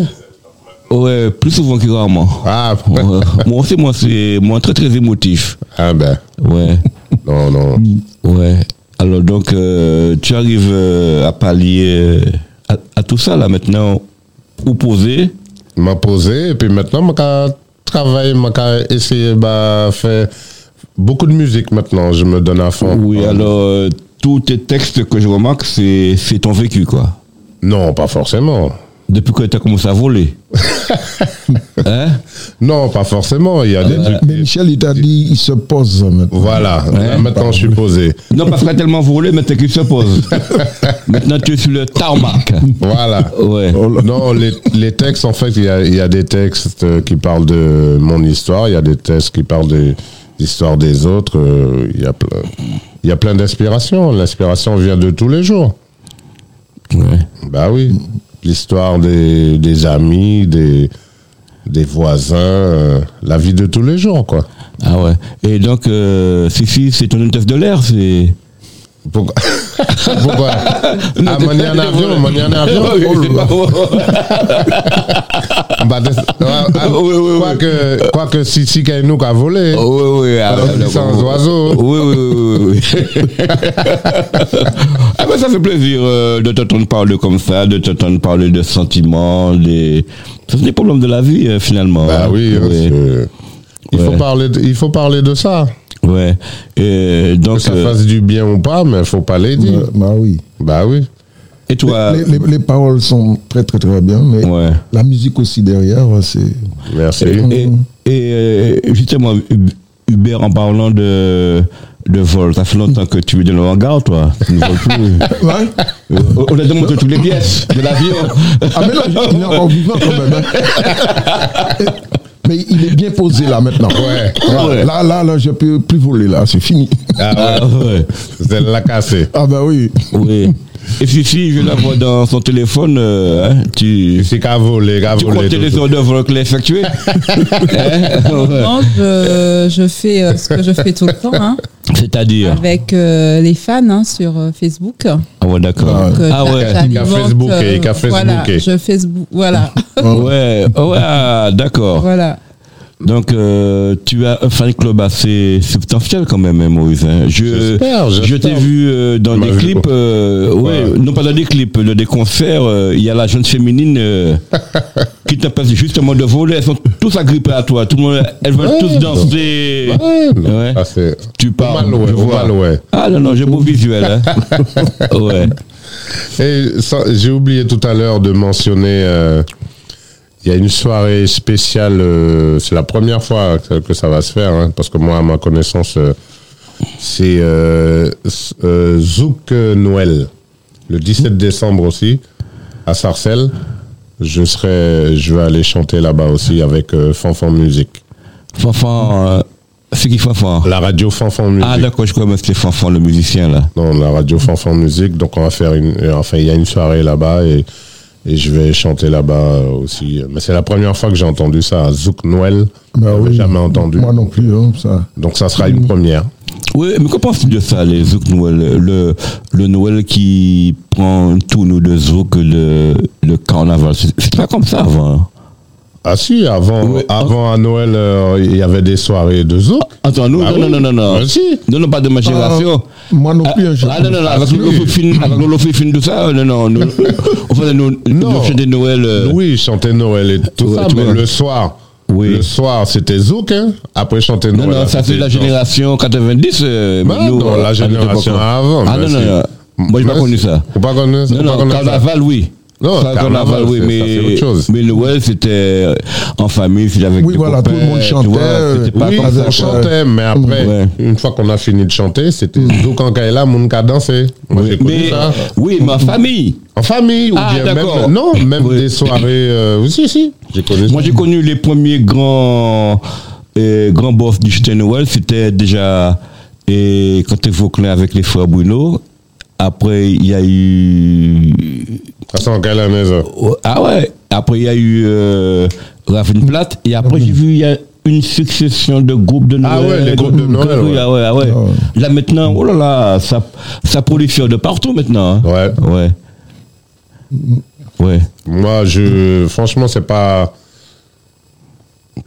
S3: Ouais, plus souvent que rarement.
S4: Ah,
S3: Ouais, moi aussi, moi, c'est moi très très émotif.
S4: ah ben,
S3: Ouais,
S4: non, non.
S6: Mm.
S3: ouais. Alors donc, euh, tu arrives euh, à pallier euh, à, à tout ça là maintenant, ou poser.
S4: m'a posé et puis maintenant m'a qu'à travailler m'a qu'à essayer bah faire beaucoup de musique maintenant je me donne à fond Ah.
S3: Oui, alors euh, tous tes textes que je remarque, c'est c'est ton vécu quoi.
S4: non pas forcément
S3: Depuis que tu as commencé à voler. hein
S4: non pas forcément il y a des trucs
S6: Ah. Mais Michel, il t'a dit, il se pose maintenant.
S4: voilà Là, maintenant je suis posé
S3: Non, parce que t'as tellement volé, maintenant qu'il se pose. maintenant, tu es sur le tarmac.
S4: voilà Oh,
S3: Ouais.
S4: non les, les textes en fait il y a, il y a des textes euh, qui parlent de mon histoire il y a des textes qui parlent de l'histoire des autres euh, il y a plein il y a plein d'inspiration l'inspiration vient de tous les jours
S3: ouais.
S4: Bah oui, l'histoire des, des amis, des, des voisins, euh, la vie de tous les jours, quoi.
S3: Ah ouais. Et donc, euh, Fifi, c'est ton hôtesse de l'air, c'est.
S4: Pourquoi (laughs)
S3: (laughs)
S4: Pourquoi Ah,
S3: t'es
S4: manier en
S3: pas-
S4: avion, manier en avion.
S3: (laughs) Oui,
S4: Oh
S3: c'est
S4: là.
S3: pas-
S4: Bah, (laughs) des- ah, ah,
S3: Oui, oui, oui.
S4: Quoique, quoique si si qu'elle nous a volé.
S3: Oui, oui, ah,
S4: Alors,
S3: d'accord.
S4: sans oiseau.
S3: Oui, oui, oui, oui, oui. (laughs) ah ben, ça fait plaisir euh, de t'entendre parler comme ça, de t'entendre parler de sentiments, des. Ça, c'est des problèmes de la vie, euh, finalement.
S4: Bah
S3: hein.
S4: oui, hein,
S3: Ouais.
S4: c'est- il faut
S3: Ouais.
S4: parler, de, il faut parler de ça.
S3: Ouais. Et donc.
S4: Que ça
S3: euh,
S4: fasse du bien ou pas, mais faut pas les dire.
S6: Euh, Bah oui.
S4: Bah oui.
S3: et toi.
S6: Les, les- les paroles sont très très très bien, mais
S3: Ouais.
S6: la musique aussi derrière, ouais, c'est.
S4: Merci.
S3: Et, et, euh, justement, Hub- Hubert, en parlant de, de vol, ça fait longtemps que tu es dans le hangar, toi. Tu ne voles plus.
S6: Ouais.
S3: On- On a démontré toutes les pièces de l'avion.
S6: Ah mais là, il est encore vivant quand même.
S3: (laughs)
S6: hein. Et- Mais il est bien posé là maintenant.
S4: Ouais.
S6: Là,
S3: Ouais.
S6: là, là, là, je peux plus voler là, c'est fini.
S4: Ah
S3: Ah,
S4: ouais.
S3: ouais.
S4: C'est la cassée.
S6: Ah bah oui.
S3: (laughs) Oui. Et si, si, je la vois dans son téléphone, euh, hein, tu,
S4: C'est qu'à voler, qu'à
S3: tu
S4: voler.
S3: comptes les
S4: tout-
S3: heures de vol que l'as (laughs) effectué Hein,
S5: Non, je, je fais euh, ce que je fais tout le temps, hein,
S3: C'est-à-dire
S5: avec euh, les fans hein, sur euh, Facebook.
S3: Ah ouais, d'accord.
S5: Donc, euh,
S3: Ah
S5: j'a-
S3: ouais.
S5: j'alimente,
S4: Qu'à Facebook,
S5: euh,
S4: et qu'à
S5: Voilà,
S4: Facebook, et-
S5: je Facebook,
S6: (laughs)
S5: voilà,
S3: Ouais, ouais, ah, d'accord.
S5: voilà.
S3: Donc, euh, tu as un fan club assez substantiel quand même, hein, Moïse. hein. Je,
S4: J'espère,
S3: je
S4: j'espère. Bah,
S3: t'ai vu euh, dans
S4: Tu m'as
S3: des
S4: vu,
S3: clips,
S4: quoi.
S3: euh, ouais,
S4: Ouais.
S3: non pas dans des clips, dans des concerts. euh, Il y a la jeune féminine euh, qui t'appelle justement de voler. Elles sont tous agrippées à toi. Tout le monde, elles veulent
S4: Ouais,
S3: tous
S4: non.
S3: danser.
S4: Ouais, non.
S3: Ouais.
S4: Ah, c'est-
S3: Tu parles.
S4: Mal, ouais,
S3: je vois.
S4: mal, ouais.
S3: Ah non non, j'ai beau visuel. hein.
S4: (laughs)
S3: ouais.
S4: Et ça, j'ai oublié tout à l'heure de mentionner, euh, il y a une soirée spéciale, euh, c'est la première fois que, que ça va se faire, hein, parce que moi, à ma connaissance, euh, c'est euh, s- euh, Zouk Noël, le 17 décembre aussi, à Sarcelles. Je serai, je vais aller chanter là-bas aussi avec euh, Fanfan Musique.
S3: Fanfan, euh, c'est qui Fanfan
S4: La radio Fanfan Musique.
S3: Ah d'accord, je crois que c'est Fanfan le musicien là.
S4: Non, la radio Fanfan Musique, donc on va faire une. euh, Enfin, il y a une soirée là-bas et, et je vais chanter là-bas euh, aussi. Mais c'est la première fois que j'ai entendu ça, à Zouk Noël.
S6: Bah
S4: J'avais
S6: oui.
S4: jamais entendu.
S6: Moi non plus, hein, ça.
S4: Donc ça sera une première.
S3: Oui, mais que penses-tu de ça, les Zouk Noël le, le Noël qui prend tout nous de Zouk, le, le carnaval. C'est c'est pas comme ça avant.
S4: Ah si, avant,
S3: Oui.
S4: avant à Noël, euh, il y avait des soirées de Zouk.
S3: Attends, nous,
S4: Ah
S3: non,
S4: oui.
S3: non, non, non, non.
S4: Ah si.
S3: Non, non, pas de ma génération.
S6: moi non plus, hein, je-
S3: Ah, non, non, non, avec
S6: Ah,
S3: le lofi fin, avec le lofi fin, tout ça, euh, non, non.
S4: (laughs)
S3: Nous, on faisait nos, nos fêtes de Noël. euh,
S4: Oui, chanter Noël et tout
S3: Ouais,
S4: ça,
S3: tu
S4: mais
S3: vois.
S4: le soir,
S3: Oui.
S4: le soir c'était Zouk, hein. Après chanter
S3: Non,
S4: Noël.
S3: non, ça
S4: c'était-
S3: c'est la génération 90. euh,
S4: Bah,
S3: nous,
S4: non,
S3: euh, à
S4: la
S3: notre
S4: génération
S3: époque.
S4: avant.
S3: Ah,
S4: mais
S3: non, non,
S4: c'est-
S3: non. Moi, j'ai pas
S4: Mais
S3: connu
S4: c'est-
S3: ça.
S4: Vous pas connu ça
S3: Non,
S4: vous pas
S3: non,
S4: connu ça
S3: carnaval, oui.
S4: Non,
S3: Ça, carnaval, oui,
S4: c'est- ça, c'est
S3: mais,
S4: autre chose.
S3: mais Noël, c'était euh, en famille, c'était avec
S6: Oui,
S3: des
S6: voilà,
S3: copains,
S6: tout le monde
S3: tu
S6: chantait,
S3: vois,
S6: euh,
S3: C'était pas
S4: oui,
S3: comme ça.
S4: on chantait, mais après,
S3: Ouais. Mm.
S4: une fois qu'on a fini de chanter, c'était Zouk en Kaila, mon cas dansé. Moi, j'ai connu
S3: Mais,
S4: ça.
S3: oui, ma famille.
S4: En famille, ou
S3: Ah,
S4: bien
S3: d'accord.
S4: même. Non, même
S3: Oui.
S4: des soirées. euh, oui, si, si. J'ai connu
S3: Moi,
S4: ça.
S3: j'ai connu les premiers grands, euh, grands bofs du Chute Noël. C'était déjà et quand ils Vauclin avec les frères Bruno. Après, il y a eu.
S4: Ça, c'est en Kaila maison.
S3: oh, Ah ouais. Après, il y a eu euh, Ravine Plate. Et après, j'ai vu il y a une succession de groupes de Noël.
S4: Ah ouais, les groupes de Noël,
S3: Oui,
S4: ouais.
S3: ah ouais, ah ouais.
S6: Ah ouais.
S3: Là maintenant, oh là là, ça, ça prolifère de partout maintenant. hein.
S4: Ouais.
S3: Ouais. Ouais.
S4: Moi, je. Franchement, c'est pas.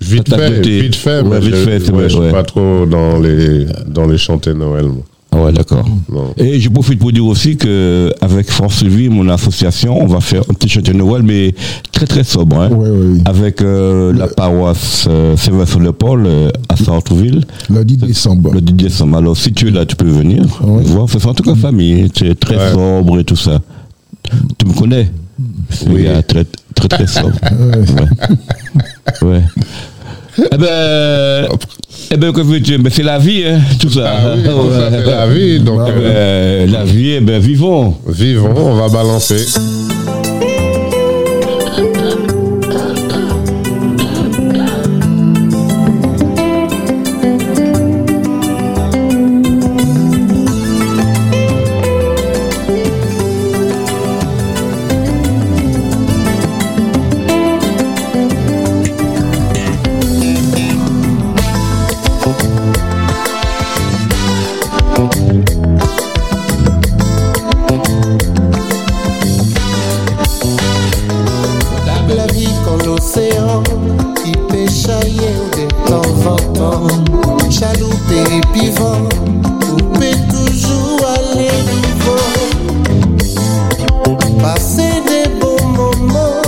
S4: Vite
S3: Ça t'a
S4: fait,
S3: goûté.
S4: vite fait,
S3: Ouais,
S4: mais
S3: vite
S4: je-
S3: fait, c'est
S4: ouais,
S3: vrai,
S4: je suis
S3: ouais.
S4: pas trop dans les, dans les chanter Noël. moi.
S3: Ah ouais, d'accord.
S4: Non.
S3: Et je profite pour dire aussi que avec France Vie, mon association, on va faire un petit chantier de Noël, mais très très sobre. Hein,
S6: Ouais, ouais, ouais.
S3: Avec euh, la paroisse euh, sur le Paul à Sartreville,
S6: Le 10 décembre.
S3: le 10 décembre. Alors si tu es là, tu peux venir.
S6: Ouais.
S3: Voir, c'est en tout cas famille. Tu es très
S4: Ouais.
S3: sobre et tout ça. Tu me connais
S4: Oui.
S3: Oui, ah, très très très sobre. ouais. ouais. Eh ben, eh ben, que veux-tu Mais c'est la vie, hein, tout ça.
S4: Ah
S3: (laughs)
S4: oui, ça, c'est la vie, donc.
S6: Ah
S3: Euh,
S4: euh,
S3: la vie, eh ben, vivons.
S4: Vivons, on va balancer.
S8: Dab la vie kon l'océan Qui peut chailler ou de temps en temps Chaloupe et pivot Ou peut toujours aller nouveau Passer des bons moments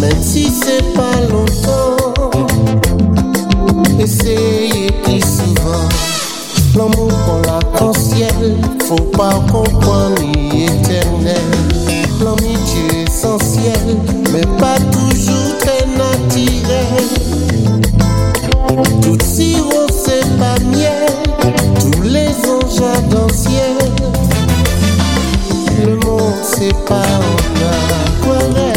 S8: Même si c'est pas longtemps Essayez plus souvent L'amour qu'on l'a qu'en ciel Faut pas comprendre ni éternel L'amitié essentielle Mais pas toujours très naturelle Tout sirop c'est pas miel Tous les anges à dans le ciel Le monde c'est pas en aquarelle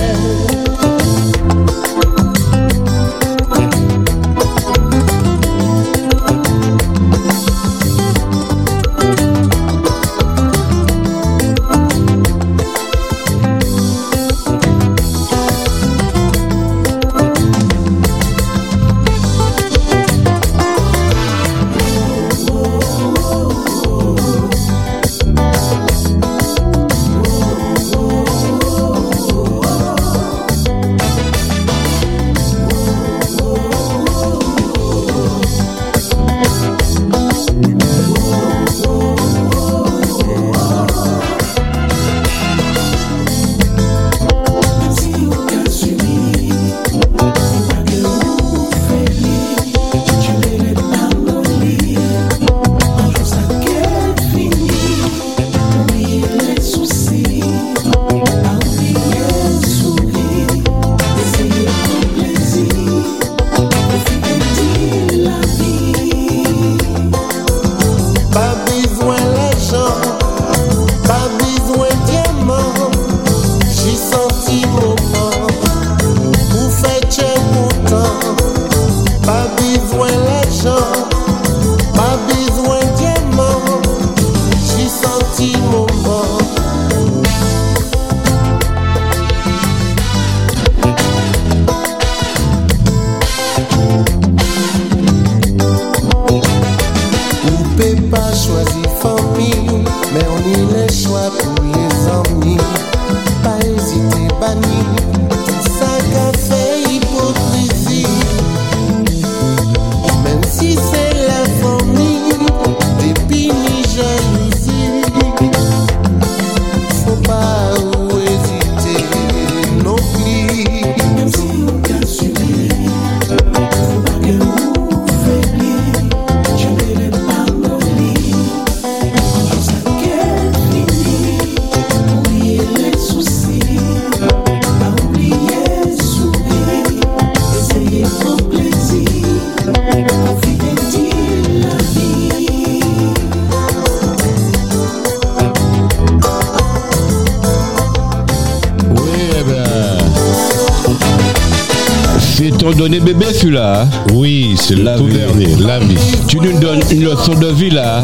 S3: eh ben. donné bébé celui-là. hein.
S4: Oui, c'est le
S3: La
S4: tout
S3: vie.
S4: dernier, la vie.
S3: Tu nous donnes une leçon de vie
S4: (laughs)
S3: là.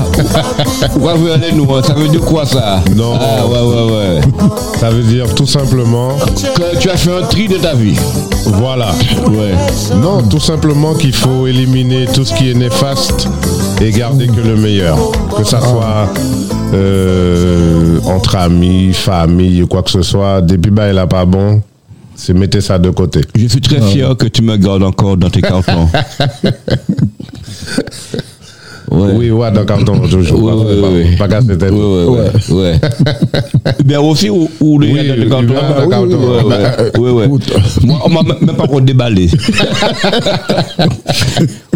S3: Où vous allez nous hein? Ça veut dire quoi ça
S4: Non.
S3: Ah, ouais, ouais, ouais.
S4: Ça veut dire tout simplement,
S3: Que tu as fait un tri de ta vie.
S4: voilà.
S3: Ouais.
S4: Non, tout simplement qu'il faut éliminer tout ce qui est néfaste et garder que le meilleur. Que ça soit euh, entre amis, famille ou quoi que ce soit. Depuis bas, il a pas bon. C'est mettez ça de côté.
S3: Je suis très fier que tu me gardes encore dans tes cartons. Ouais.
S4: Oui, ouais, dans le carton, toujours.
S3: Ouais, ouais,
S4: Pas-
S3: ouais.
S4: Pas casser tête.
S3: Ouais, ouais, ouais. ouais. (laughs) Mais aussi, où, où les
S4: Oui,
S3: gens dans
S4: oui,
S3: le carton.
S4: oui, dans le carton.
S3: Ouais, ouais, ouais,
S4: (laughs)
S3: ouais. Moi, on m'a même- même pas encore déballé.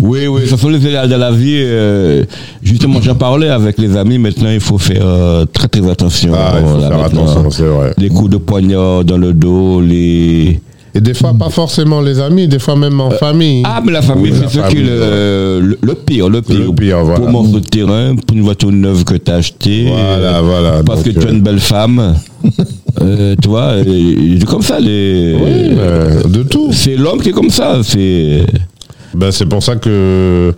S3: oui, oui, ça fait le réel de la vie. euh, justement, j'en parlais avec les amis. Maintenant, il faut faire euh, très, très attention.
S4: Ah, il faut
S3: Voilà,
S4: faire
S3: maintenant.
S4: attention, c'est vrai.
S3: Les coups de poignard dans le dos, les...
S4: Et des fois, pas forcément les amis, des fois même en famille.
S3: Ah, mais la famille,
S4: Oui, la
S3: c'est ça qui
S4: famille,
S3: est le, le- le pire, le pire.
S4: Le pire, voilà.
S3: Pour un morceau de terrain, pour une voiture neuve que tu as achetée.
S4: Voilà,
S3: euh,
S4: voilà,
S3: Parce
S4: donc,
S3: que tu as
S4: euh,
S3: une belle
S4: (laughs)
S3: femme. euh, tu vois, et- et comme ça, les.
S4: Oui, euh, de tout.
S3: C'est l'homme qui est comme ça. C'est.
S4: Ben, c'est pour ça que euh,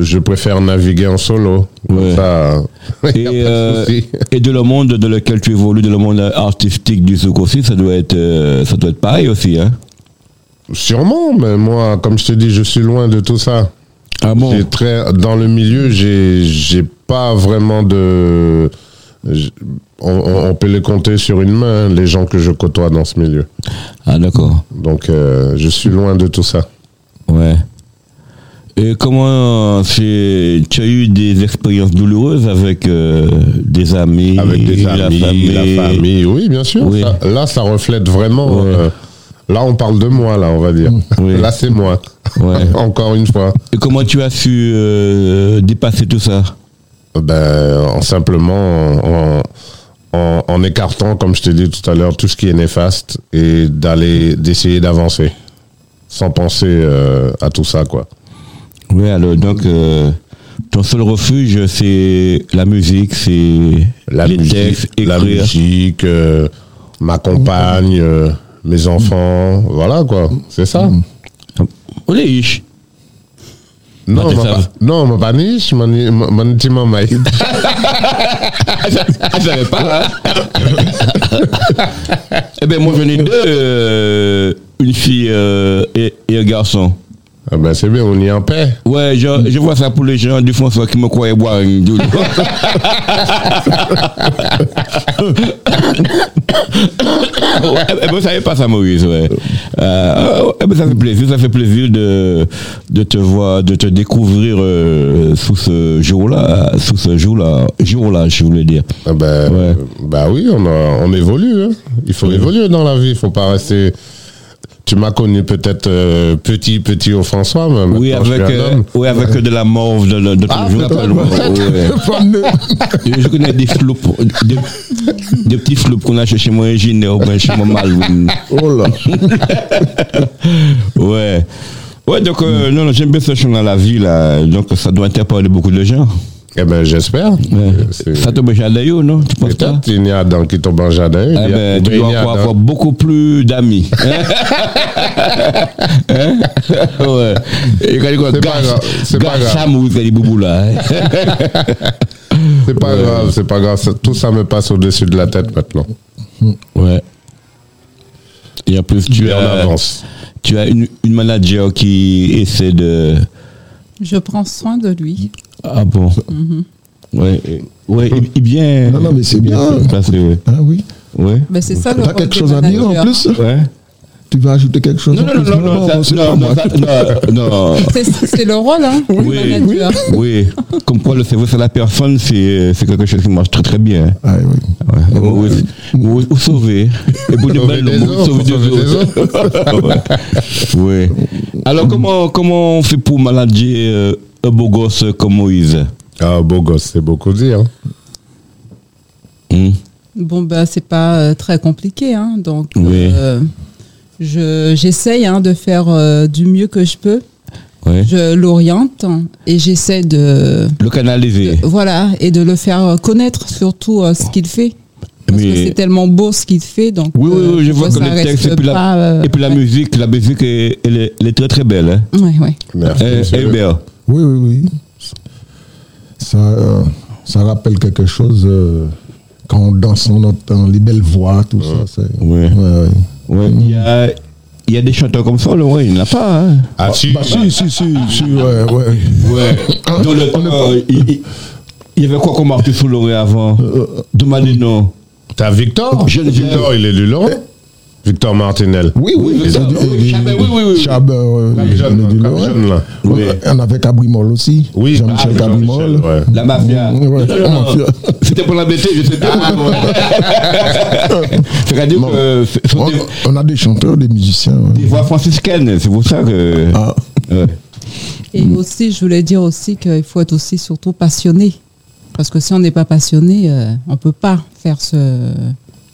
S4: je préfère naviguer en solo. Comme
S3: Ouais.
S4: Ça,
S3: Et,
S4: (laughs) y a pas de
S3: euh,
S4: souci.
S3: (laughs) et de le monde dans lequel tu évolues, de le monde artistique du souk aussi, ça doit être, euh, ça doit être pareil aussi. Hein.
S4: Sûrement, mais moi, comme je te dis, je suis loin de tout ça.
S3: Ah bon
S4: J'ai très, dans le milieu, j'ai, j'ai pas vraiment de. j'- On, on- on peut les compter sur une main, hein, les gens que je côtoie dans ce milieu.
S3: Ah, d'accord.
S4: Donc, euh, je suis loin de tout ça.
S3: Ouais. Et comment c'est tu as eu des expériences douloureuses avec euh, des amis,
S4: Avec des
S3: la
S4: amis,
S3: famille.
S4: la famille, oui, bien sûr.
S3: Oui.
S4: Ça- là, ça reflète vraiment.
S3: Ouais.
S4: euh, là, on parle de moi, là, on va dire.
S3: Oui.
S4: Là, c'est moi.
S3: Ouais.
S4: (laughs) Encore une fois.
S3: Et comment tu as su euh, dépasser tout ça
S4: Ben, en simplement en, en, en écartant, comme je te dis tout à l'heure, tout ce qui est néfaste et d'aller d'essayer d'avancer sans penser euh, à tout ça, quoi.
S3: Oui, alors donc euh, ton seul refuge c'est la musique, c'est
S4: La
S3: les
S4: musique,
S3: textes,
S4: la
S3: écrire.
S4: musique, euh, ma compagne, euh, mes enfants, voilà quoi, c'est ça.
S3: On est riche.
S4: Non,
S3: t'es
S4: ma
S3: ça.
S4: pa- non, ma paniche, mon mon- mon petit maman.
S3: (laughs) Ah, je savais pas. hein. eh ben moi j'en ai deux, euh, une fille euh, et- et un garçon.
S4: Ah ben c'est bien, on y est en paix.
S3: Ouais, je, je vois ça pour les gens du François qui me croyaient boire une
S4: (laughs)
S3: douleur. vous savez pas eh ben, ça, Maurice, ouais. Euh, eh ben, ça fait plaisir, ça fait plaisir de, de te voir, de te découvrir euh, sous ce jour-là, sous ce jour-là, jour-là, je voulais dire.
S4: Ah ben,
S3: Ouais.
S4: bah oui, on, a- on évolue. hein. Il faut évoluer dans la vie. Il faut pas rester. Tu m'as connu peut-être euh, petit, petit au François, mais
S3: Oui,
S4: maintenant, je
S3: avec,
S4: suis un
S3: euh,
S4: homme. Ah,
S3: oui, avec de la morve de, de, de ton jour. Ouais. euh, Je je connais des floups, des, des petits floups qu'on achète chez moi, ingénieur, ben chez moi, Malvin.
S6: Oh là.
S3: (laughs) Ouais. Ouais, donc, euh, non, non, j'aime bien ce chant dans la vie, là. Donc, ça doit interpeller beaucoup de gens.
S4: (laughs) Eh ben, j'espère.
S3: Ouais.
S4: C'est-
S3: Ça tombe chez Adayo, non Tu penses pas
S4: Peut-être il y a dans qui tombe en jardin. il y
S3: eh
S4: a-
S3: ben, tu
S4: il y
S3: dois
S4: a
S3: encore
S4: dans-
S3: avoir beaucoup plus
S4: (laughs)
S3: d'amis. Hein Hein ouais. Et quand il dit
S4: C'est pas grave, c'est pas grave.
S3: Sam ou il fait des boubous là. hein.
S4: C'est pas grave, c'est pas grave. Ça- Tout ça me passe au-dessus de la tête maintenant.
S3: Ouais. Et en plus, tu
S4: Et on
S3: as,
S4: avance.
S3: tu as une, une manager qui essaie de.
S5: Je prends soin de lui.
S3: Ah bon Ouais, euh, ouais, et- et bien.
S6: Mm-hmm. Non, non, mais c'est bien.
S3: Parce que, ouais.
S6: Ah oui.
S3: ouais.
S5: Ben, c'est ça
S6: Tu
S5: le
S6: as
S5: rôle
S6: quelque
S5: du
S6: chose à dire en
S5: manager.
S6: plus
S3: Ouais.
S6: Tu veux ajouter quelque chose
S3: Non,
S6: en
S3: non,
S6: plus
S3: non, non, non,
S6: c'est
S3: ça-
S6: pas
S3: non,
S6: moi.
S3: non, ça- non, non.
S5: (laughs) C'est- C'est le rôle, hein, du
S3: Oui,
S5: manager.
S3: oui. Comme quoi, le cerveau, c'est la personne, c'est euh, c'est quelque chose qui marche très très bien. hein.
S6: Ah oui.
S3: Ouais. Vous, vous- vous sauvez. Et pour de
S4: Sauver
S3: belles
S4: des
S3: langues, vous
S4: autres,
S3: sauvez
S4: sauver
S3: des
S4: des
S3: autres. (laughs) ouais. Alors, comment, comment on fait pour manager euh, un beau gosse comme Moïse
S4: Ah, beau gosse, c'est beaucoup dire. hein.
S3: Hmm.
S5: Bon, ben, c'est pas euh, très compliqué, hein, donc
S3: Oui.
S5: euh, je- j'essaye hein, de faire euh, du mieux que je peux.
S3: ouais.
S5: Je l'oriente hein, et j'essaie de.
S3: Le canaliser.
S5: Voilà, et de le faire euh, connaître surtout euh, ce qu'il fait.
S3: Eh
S5: Parce que
S3: Mais-
S5: c'est tellement beau ce qu'il fait. Donc,
S3: Oui, oui,
S5: euh,
S3: oui, je vois
S5: ça
S3: que les
S5: reste
S3: textes et puis la,
S5: pas, euh,
S3: et puis la
S5: ouais.
S3: musique, la musique, est- elle est, elle est très très belle. Hein.
S5: Ouais, ouais.
S4: Merci,
S3: Eh,
S4: monsieur.
S3: Hébert.
S6: Oui, oui, oui. Ça, euh, ça rappelle quelque chose euh, quand on danse, on entend les belles voix, tout ça. c'est-
S3: Ouais.
S6: ouais.
S3: Ouais, il y a, il y a des chanteurs comme ça, là, ouais, il n'y en a pas. Hein.
S4: Ah, si,
S6: Bah, si, si, si, si, ouais, ouais. Ah,
S3: Ouais. Dans le temps, euh, il, il- il y avait quoi comme artiste Loré avant
S6: Euh,
S3: Demandez non.
S4: t'as
S6: Ah,
S4: Victor
S3: Geneviève.
S4: Victor, il est du long Victor Martinel.
S6: Eh. Oui, oui,
S3: mais ça, oui, Chabert, oui, oui, oui.
S6: Chabert, euh,
S4: Cap Jeune,
S6: Jean-Denis
S4: Cap
S6: Loret.
S4: Jeune, là.
S3: Oui.
S6: On avait Cabrimol aussi.
S4: Oui,
S6: Jean-Michel
S4: ah,
S6: Cabrimol.
S4: Jean-Michel, ouais.
S3: La mafia.
S6: Mm, ouais.
S3: Non, non, non. C'était pour l'embêter, je sais bien.
S6: (laughs)
S3: C'est-à-dire
S6: Non.
S3: que ce sont
S6: On,
S3: des,
S6: on a des chanteurs, des musiciens. ouais.
S3: des voix franciscaines, c'est pour ça que.
S6: Ah.
S3: Ouais.
S5: Et
S3: Mm.
S5: aussi, je voulais dire aussi qu'il faut être aussi surtout passionné. Parce que si on n'est pas passionné, euh, on peut pas faire ce.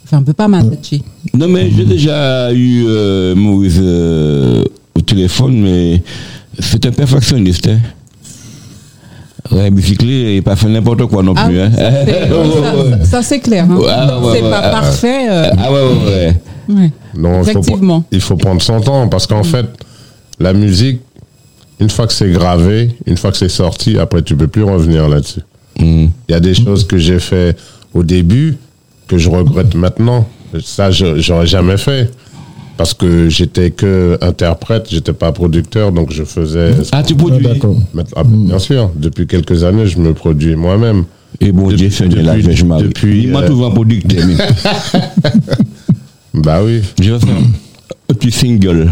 S5: Enfin, on peut pas manager.
S3: Non, mais j'ai déjà eu euh, Maurice euh, au téléphone, mais c'est un perfectionniste. Hein. Ouais, bicyclé, il pas fait n'importe quoi non
S5: Ah,
S3: plus. hein.
S5: ça,
S3: (laughs)
S5: c'est-
S3: Ouais, ouais.
S5: ça, ça, c'est clair. hein.
S3: Ouais, ouais,
S5: c'est
S3: ouais,
S5: pas
S3: ouais.
S5: parfait. euh,
S3: Ah ouais, ouais, ouais.
S5: ouais.
S4: Non, il faut,
S5: Effectivement.
S4: pre- il faut prendre son temps parce qu'en fait, la musique, une fois que c'est gravé, une fois que c'est sorti, après tu peux plus revenir là-dessus. Il y a des choses que j'ai fait au début que je regrette maintenant. Ça, je- j'aurais jamais fait parce que j'étais que interprète, j'étais pas producteur, donc je faisais.
S3: Ah, tu
S6: Ah,
S3: produis.
S6: D'accord.
S4: Maintenant- ah, bien sûr, depuis quelques années, je me produis moi-même.
S3: Et Eh bon
S4: Depuis-
S3: Dieu, Seigneur, la
S4: depuis-
S3: Vierge Marie.
S4: depuis,
S3: il m'a
S4: euh,
S3: trouvé un producteur. mais
S4: Bah oui.
S3: je vais faire un petit single.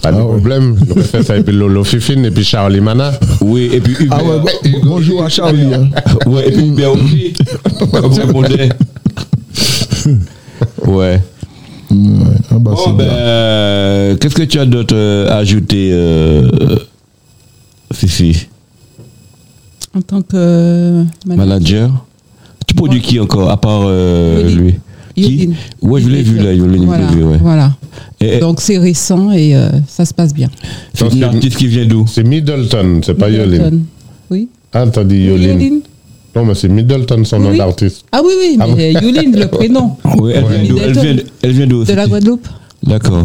S4: Pas de problème. Je fais ça et puis Lolo Fifine et puis Charlie Mana.
S3: Oui, et puis Hubert.
S6: Ah ouais, bon- bonjour à Charlie. hein.
S3: (laughs) Ouais, et puis
S6: (laughs)
S3: Hubert aussi. Comme ça, mon Dieu. Ouais.
S6: Mm, ouais. Ah, bah,
S3: Bon,
S6: c'est
S3: ben,
S6: bien.
S3: euh, qu'est-ce que tu as d'autre euh, à ajouter, euh, euh, Fifi
S5: En tant que euh, manager.
S3: Manager Tu produis qui encore, à part euh,
S5: Yodine.
S3: lui Qui
S5: Yodine.
S3: Ouais, je l'ai vu là, je l'ai
S5: Voilà,
S3: vu, ouais.
S5: voilà.
S3: Et- et-
S5: Donc c'est récent et euh, ça se passe bien.
S3: C'est une
S4: c'est-
S3: artiste qui vient d'où
S4: C'est Middleton, c'est pas Yolin.
S5: Middleton. Oui.
S4: Ah, t'as dit Yolin.
S5: Yolin.
S4: Non, mais c'est Middleton son nom
S5: Oui.
S4: d'artiste.
S5: Ah oui, oui,
S4: Ah
S5: mais Yolin,
S3: (laughs)
S5: le prénom.
S3: Ouais, elle, vient d'où elle
S5: Middleton.
S3: vient- elle vient d'où
S5: De la
S3: Fifi
S5: Guadeloupe.
S3: D'accord.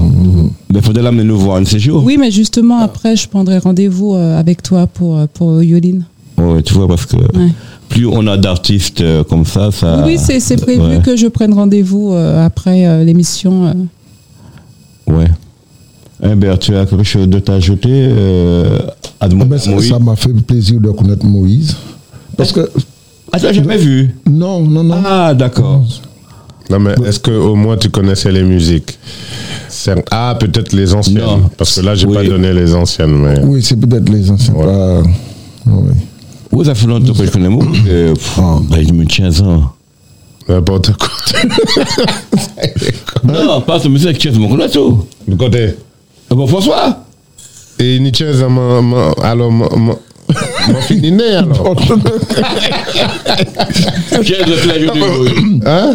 S3: Mais faudrait l'amener nous voir un de ces jours.
S5: Oui, mais justement,
S3: Ah.
S5: après, je prendrai rendez-vous euh, avec toi pour, euh, pour Yolin.
S3: Ouais, tu vois, parce que
S5: Ouais.
S3: plus on a d'artistes euh, comme ça, ça.
S5: oui, c'est c'est prévu
S3: ouais.
S5: que je prenne rendez-vous euh, après euh, l'émission. euh.
S3: Ouais. Hubert, tu as quelque chose de t'ajouter euh, à
S6: Ah,
S3: demander
S6: ben,
S3: à
S6: ça-
S3: Moïse
S6: Ça m'a fait plaisir de connaître Moïse. Parce que,
S3: Ah, tu l'as jamais vu
S6: non, non, non.
S3: Ah, d'accord.
S4: Non, mais est-ce que au moins tu connaissais les musiques Certes. Ah, peut-être les anciennes.
S3: Non.
S4: Parce que là, j'ai
S3: Oui.
S4: pas donné les anciennes. Mais...
S6: Oui, c'est peut-être les anciens. pas- oui.
S3: Oui, ça fait longtemps que je connais moi. Euh, pff,
S6: Ah.
S3: ben, il me tient
S6: Hein?
S3: ça.
S4: N'importe quoi.
S3: Non, pas ce monsieur qui est mon connaît tout.
S4: De côté.
S3: Ah Bon, François
S4: Et Nietzsche, ça m'a- m'a- alors, m'a- m'a- m'a fini né, alors.
S3: Qui est le
S6: Ah,
S3: plage du
S4: Hein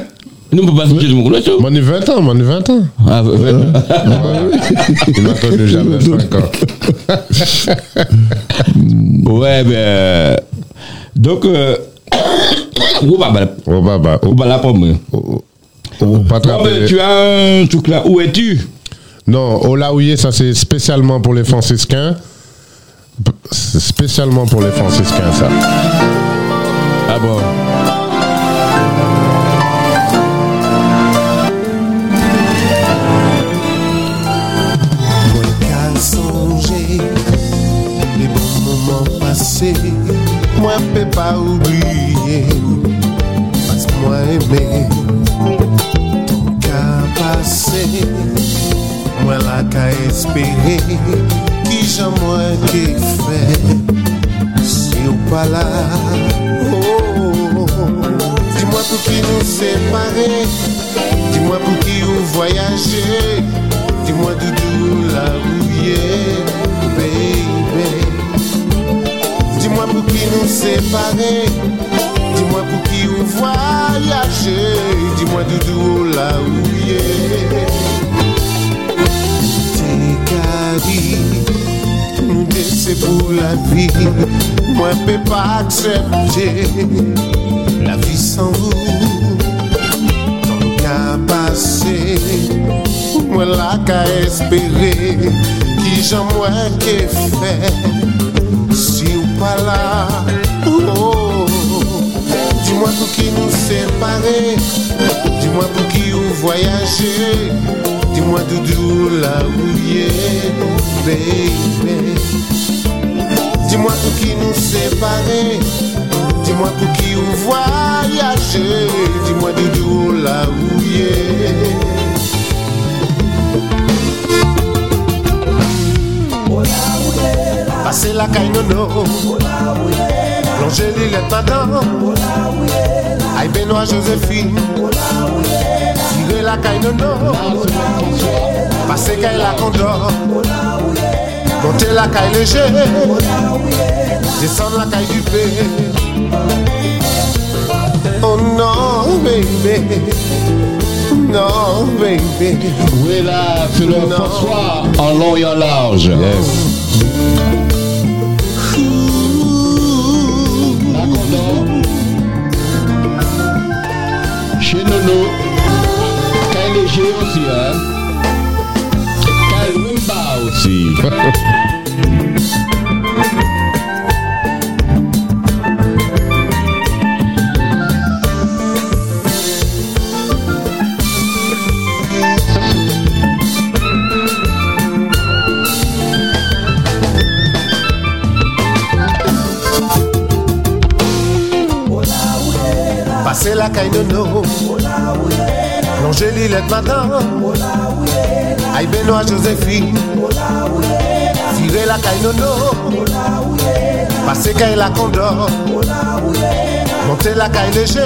S3: Nous, on peut pas se dire mon connaît tout.
S4: Mon 20 ans, mon 20 ans.
S3: Ah, ouais.
S6: Hein?
S4: Il m'a connu jamais 5 ans.
S3: Ouais, ben. Donc, euh. (coughs) Ou pas, ben,
S4: Oh, bah, bah.
S3: ou
S4: Oh,
S3: pas là pour moi.
S4: oh, oh, pas
S3: Ah, ben,
S4: attrapé.
S3: tu as un truc là. Où es-tu
S4: Non, Olaouye, ça c'est spécialement pour les franciscains. P- c'est Spécialement pour les franciscains, ça.
S3: Ah bon
S8: Mwen ka sonje Li bon mouman pase Mwen pe pa oubliye Pas mwen eme Ton ka pase Mwen la ka espere Ki jan mwen ke fe Si ou pa la oh, oh, oh. Di mwen pou ki nou separe Dis-moi pour qui vous voyagez Dis-moi doudou la rouillée Baby Dis-moi pour qui nous séparer Dis-moi pour qui vous voyagez Dis-moi doudou la rouillée T'es Nou dese pou la vi Mwen pe pa aksepte La vi san vous Ton ka pase Mwen la ka espere Ki jan mwen ke fe Si ou pa la oh, oh, oh. Di mwen pou ki nou separe Di mwen pou ki ou voyaje Di mwen doudou la ou ye Baby Dis-moi pour qui nous séparer Dis-moi pour qui nous voyager Dis-moi Doudou la rouillée Passer la caille nono Plonger l'île pendant Aïe Benoît Joséphine Tirer la caille nono Passer caille la condor Monter la caille légère Descendre la caille du père Oh non baby Non baby
S3: Oui, là, c'est le
S8: Non.
S3: François en long et en large. La Condor. Chez Nono. Kyle Léger aussi, hein. Kyle Rimba aussi.
S4: (laughs)
S8: Passer la caille de nos Plonger l'île matin Aïe Benoît Joséphine Tirer la caille nono Passer caille la condor Monter la caille léger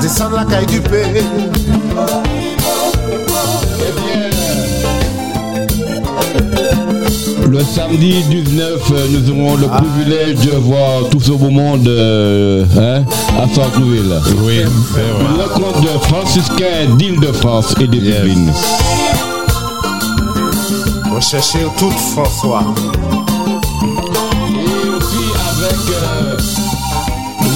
S8: Descendre la caille du père
S3: Le samedi 19, euh, nous aurons le privilège de voir tout ce beau monde euh, hein, à Sartrouville.
S2: Oui, c'est vrai.
S3: Le compte de franciscains d'Île-de-France et des
S2: Yes.
S3: Philippines.
S8: Rechercher toute François
S3: Et aussi avec euh,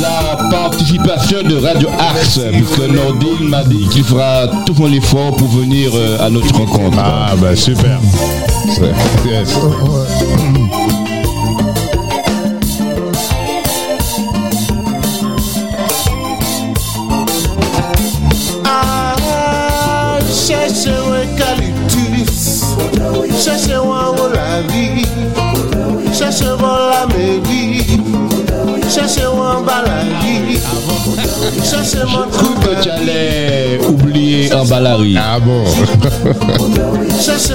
S3: la participation de Radio Axe, puisque Nordine m'a dit qu'il fera tout son effort pour venir euh, à notre rencontre.
S4: Ah, ben super. C'est- Yes.
S8: Ah, cherchez un eucalyptus, cherchez un olavi, cherchez un lamedi, cherchez un baladi, cherchez un
S3: Tout que tu
S8: coupe,
S3: allais oublier en balari.
S4: Ah bon
S8: cherchez.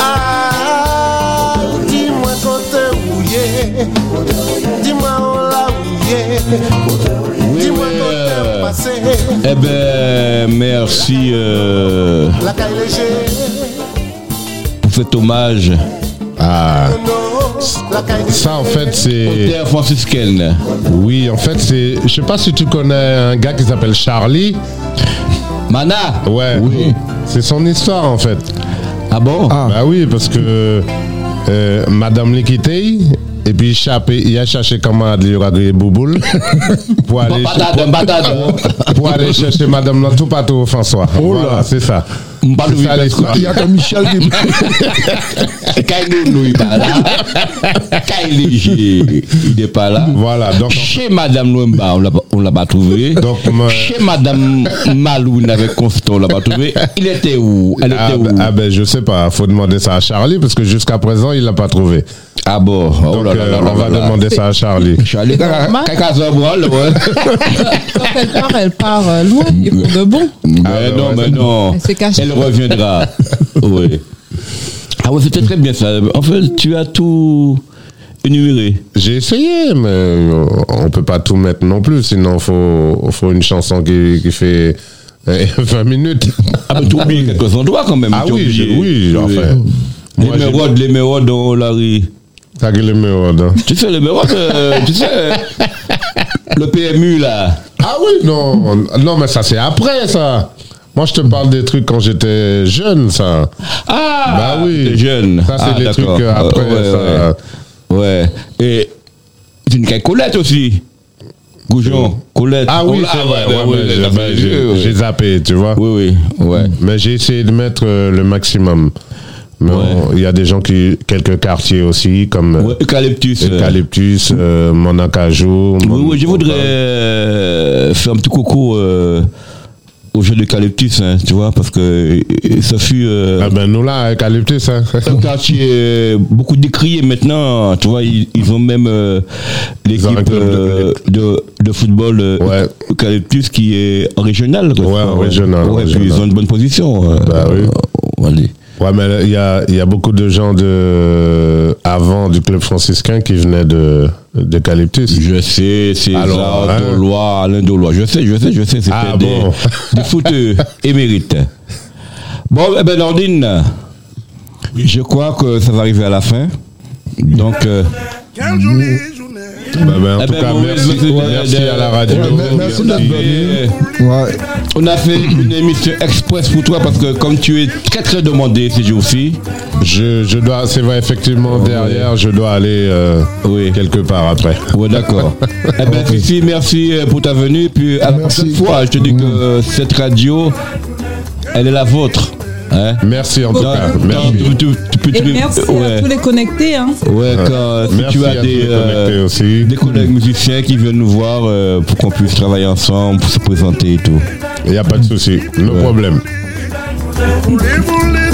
S8: Ah, dis-moi quand t'es rouillé, dis-moi on l'a rouillé,
S3: Oui,
S8: dis-moi
S3: oui,
S8: quand t'es
S3: euh,
S8: passé.
S3: eh ben, merci euh,
S8: La caille légère,
S3: pour cet hommage.
S4: Ah.
S8: non, la caille du
S4: Ça, en fait, c'est.
S3: Terre franciscaine.
S4: Oui, en fait, c'est. Je sais pas si tu connais un gars qui s'appelle Charlie.
S3: Mana
S4: Ouais. C'est son histoire, en fait.
S3: Ah bon
S6: Ah.
S4: Bah oui, parce que euh, Madame Likitei, et puis échappé- il a cherché comment
S3: (laughs)
S4: améliorer Bouboule pour aller,
S3: Batade, batade.
S4: pour aller chercher Madame dans tout partout au François.
S6: Oh là.
S4: Voilà, c'est ça.
S3: M'balou,
S4: C'est ça
S3: il
S4: l'histoire.
S6: Il y a que Michel qui
S3: (laughs) Kyle Nono, il est pas là. Kyle Léger, il n'est pas là.
S4: Voilà, donc,
S3: Chez Madame Noemba, on l'a pas- on l'a pas trouvé.
S4: donc me-
S3: Chez Madame Maloune avec Constant, on l'a pas trouvé. Il était où Elle
S4: ah,
S3: était où
S4: ben- ah ben je sais pas, faut demander ça à Charlie parce que jusqu'à présent il l'a pas trouvé.
S3: Ah bon, oh
S4: Donc
S3: là là
S4: euh,
S3: là là
S4: on va
S3: là.
S4: demander Ah, ça
S3: (laughs)
S4: à Charlie.
S3: Je suis allé
S5: Normal.
S3: caca sur branle, ouais.
S5: Quand elle part, elle part euh,
S3: (laughs)
S5: loin et pour de bon.
S3: Mais
S4: ben
S3: non,
S4: ouais,
S3: mais
S4: c'est-
S3: non.
S5: Elle s'est cachée.
S3: Elle reviendra. (laughs) Oui. Ah ouais, c'était très bien ça. En fait, tu as tout énuméré.
S4: J'ai essayé, mais euh, on peut pas tout mettre non plus, sinon faut faut une chanson qui, qui fait euh, (laughs) 20 minutes.
S3: Ah, mais tu oublies quelques endroits quand même.
S4: Ah
S3: tu as
S4: oui,
S3: oublié.
S4: je- oui, enfin.
S3: Les
S4: Moi, j'ai-
S3: mérodes, les mérodes dans la rue.
S4: T'as que le merde. hein.
S3: Tu sais, les mérodes, euh, tu sais, euh, le PMU là.
S4: Ah oui, non, non, mais ça c'est après ça. Moi je te parle des trucs quand j'étais jeune, ça.
S3: Ah,
S4: Bah oui.
S3: t'es jeune.
S4: Ça, c'est
S3: Ah,
S4: des
S3: d'accord.
S4: trucs, euh, après,
S3: ouais, ouais. Ouais. Et c'est une cacolette aussi. Goujon, Coulette.
S4: Ah oui,
S3: Coulette,
S4: c'est vrai.
S3: Oh ouais,
S4: ouais,
S3: ouais,
S4: mais
S3: j'ai zappé,
S4: j'ai- j'ai-
S3: oui.
S4: J'ai zappé, tu vois.
S3: Oui, oui, ouais.
S4: Mais j'ai essayé de mettre euh, le maximum. Mais
S3: Ouais.
S4: on- il y a des gens qui. Quelques quartiers aussi, comme euh,
S3: Ouais, Eucalyptus. euh,
S4: Eucalyptus, euh, Monacajou.
S3: Oui, oui, je
S4: Mon-
S3: voudrais euh, faire un petit coucou euh, au jeu d'Eucalyptus, hein, tu vois, parce que euh, ça fut euh,
S4: Ah ben nous là,
S3: (laughs)
S4: Eucalyptus, hein.
S3: un quartier euh, beaucoup décrié maintenant, tu vois, ils, ils ont même euh,
S4: ont un
S3: l'équipe
S4: club de
S3: euh, de, de football euh,
S4: Ouais.
S3: Eucalyptus qui est régionale. quoi,
S4: Ouais,
S3: tu vois,
S4: régional,
S3: Ouais, puis
S4: régional.
S3: ils ont une bonne position. euh,
S4: Bah oui.
S3: euh, allez.
S4: Ouais, mais il y a, il y a beaucoup de gens de avant du club franciscain qui venaient de d'Eucalyptus.
S3: Je sais, c'est
S4: Alors,
S3: Zard,
S4: hein.
S3: Dolois, Alain Dolois. Je sais, je sais, je sais. C'était
S4: Ah,
S3: des,
S4: bon.
S3: des footeux émérites. Bon, eh ben, Nordine, je crois que ça va arriver à la fin. Donc, euh,
S1: Quelle journée, journée.
S4: Bah, ben, en
S3: eh
S4: tout
S3: ben,
S4: cas,
S3: bon,
S4: merci,
S3: merci de-
S4: merci
S3: de-
S4: à la radio.
S3: Ouais,
S6: mais merci d'être
S3: Et, euh,
S6: Ouais.
S3: on a fait une émission express pour toi parce que comme tu es très très demandé ces jours-ci,
S4: Je, je dois, c'est vrai, effectivement, derrière, je dois aller euh,
S3: Oui.
S4: quelque part après.
S3: Ouais,
S4: (laughs)
S3: d'accord. eh ben, Fifi, merci euh, pour ta venue. Puis à la
S6: Merci.
S3: prochaine fois, je te dis que
S4: Mm.
S3: euh, cette radio, elle est la vôtre. Hein
S4: Merci en tout
S3: Dans-
S4: cas.
S3: dans-
S4: Merci.
S3: tu- tu- tu peux- tu
S5: Et
S3: peux-
S5: merci
S3: ouais.
S5: à tous les connectés. Hein.
S3: Ouais, quand, euh, si
S4: Merci
S3: tu
S4: à
S3: as
S4: tous
S3: des,
S4: les connectés
S3: euh,
S4: aussi.
S3: des collègues musiciens qui viennent nous voir euh, pour qu'on puisse travailler ensemble, pour se présenter et tout.
S4: Il n'y a pas de souci, no problème.
S1: Voulez, voulez,
S2: ah, ah, hein,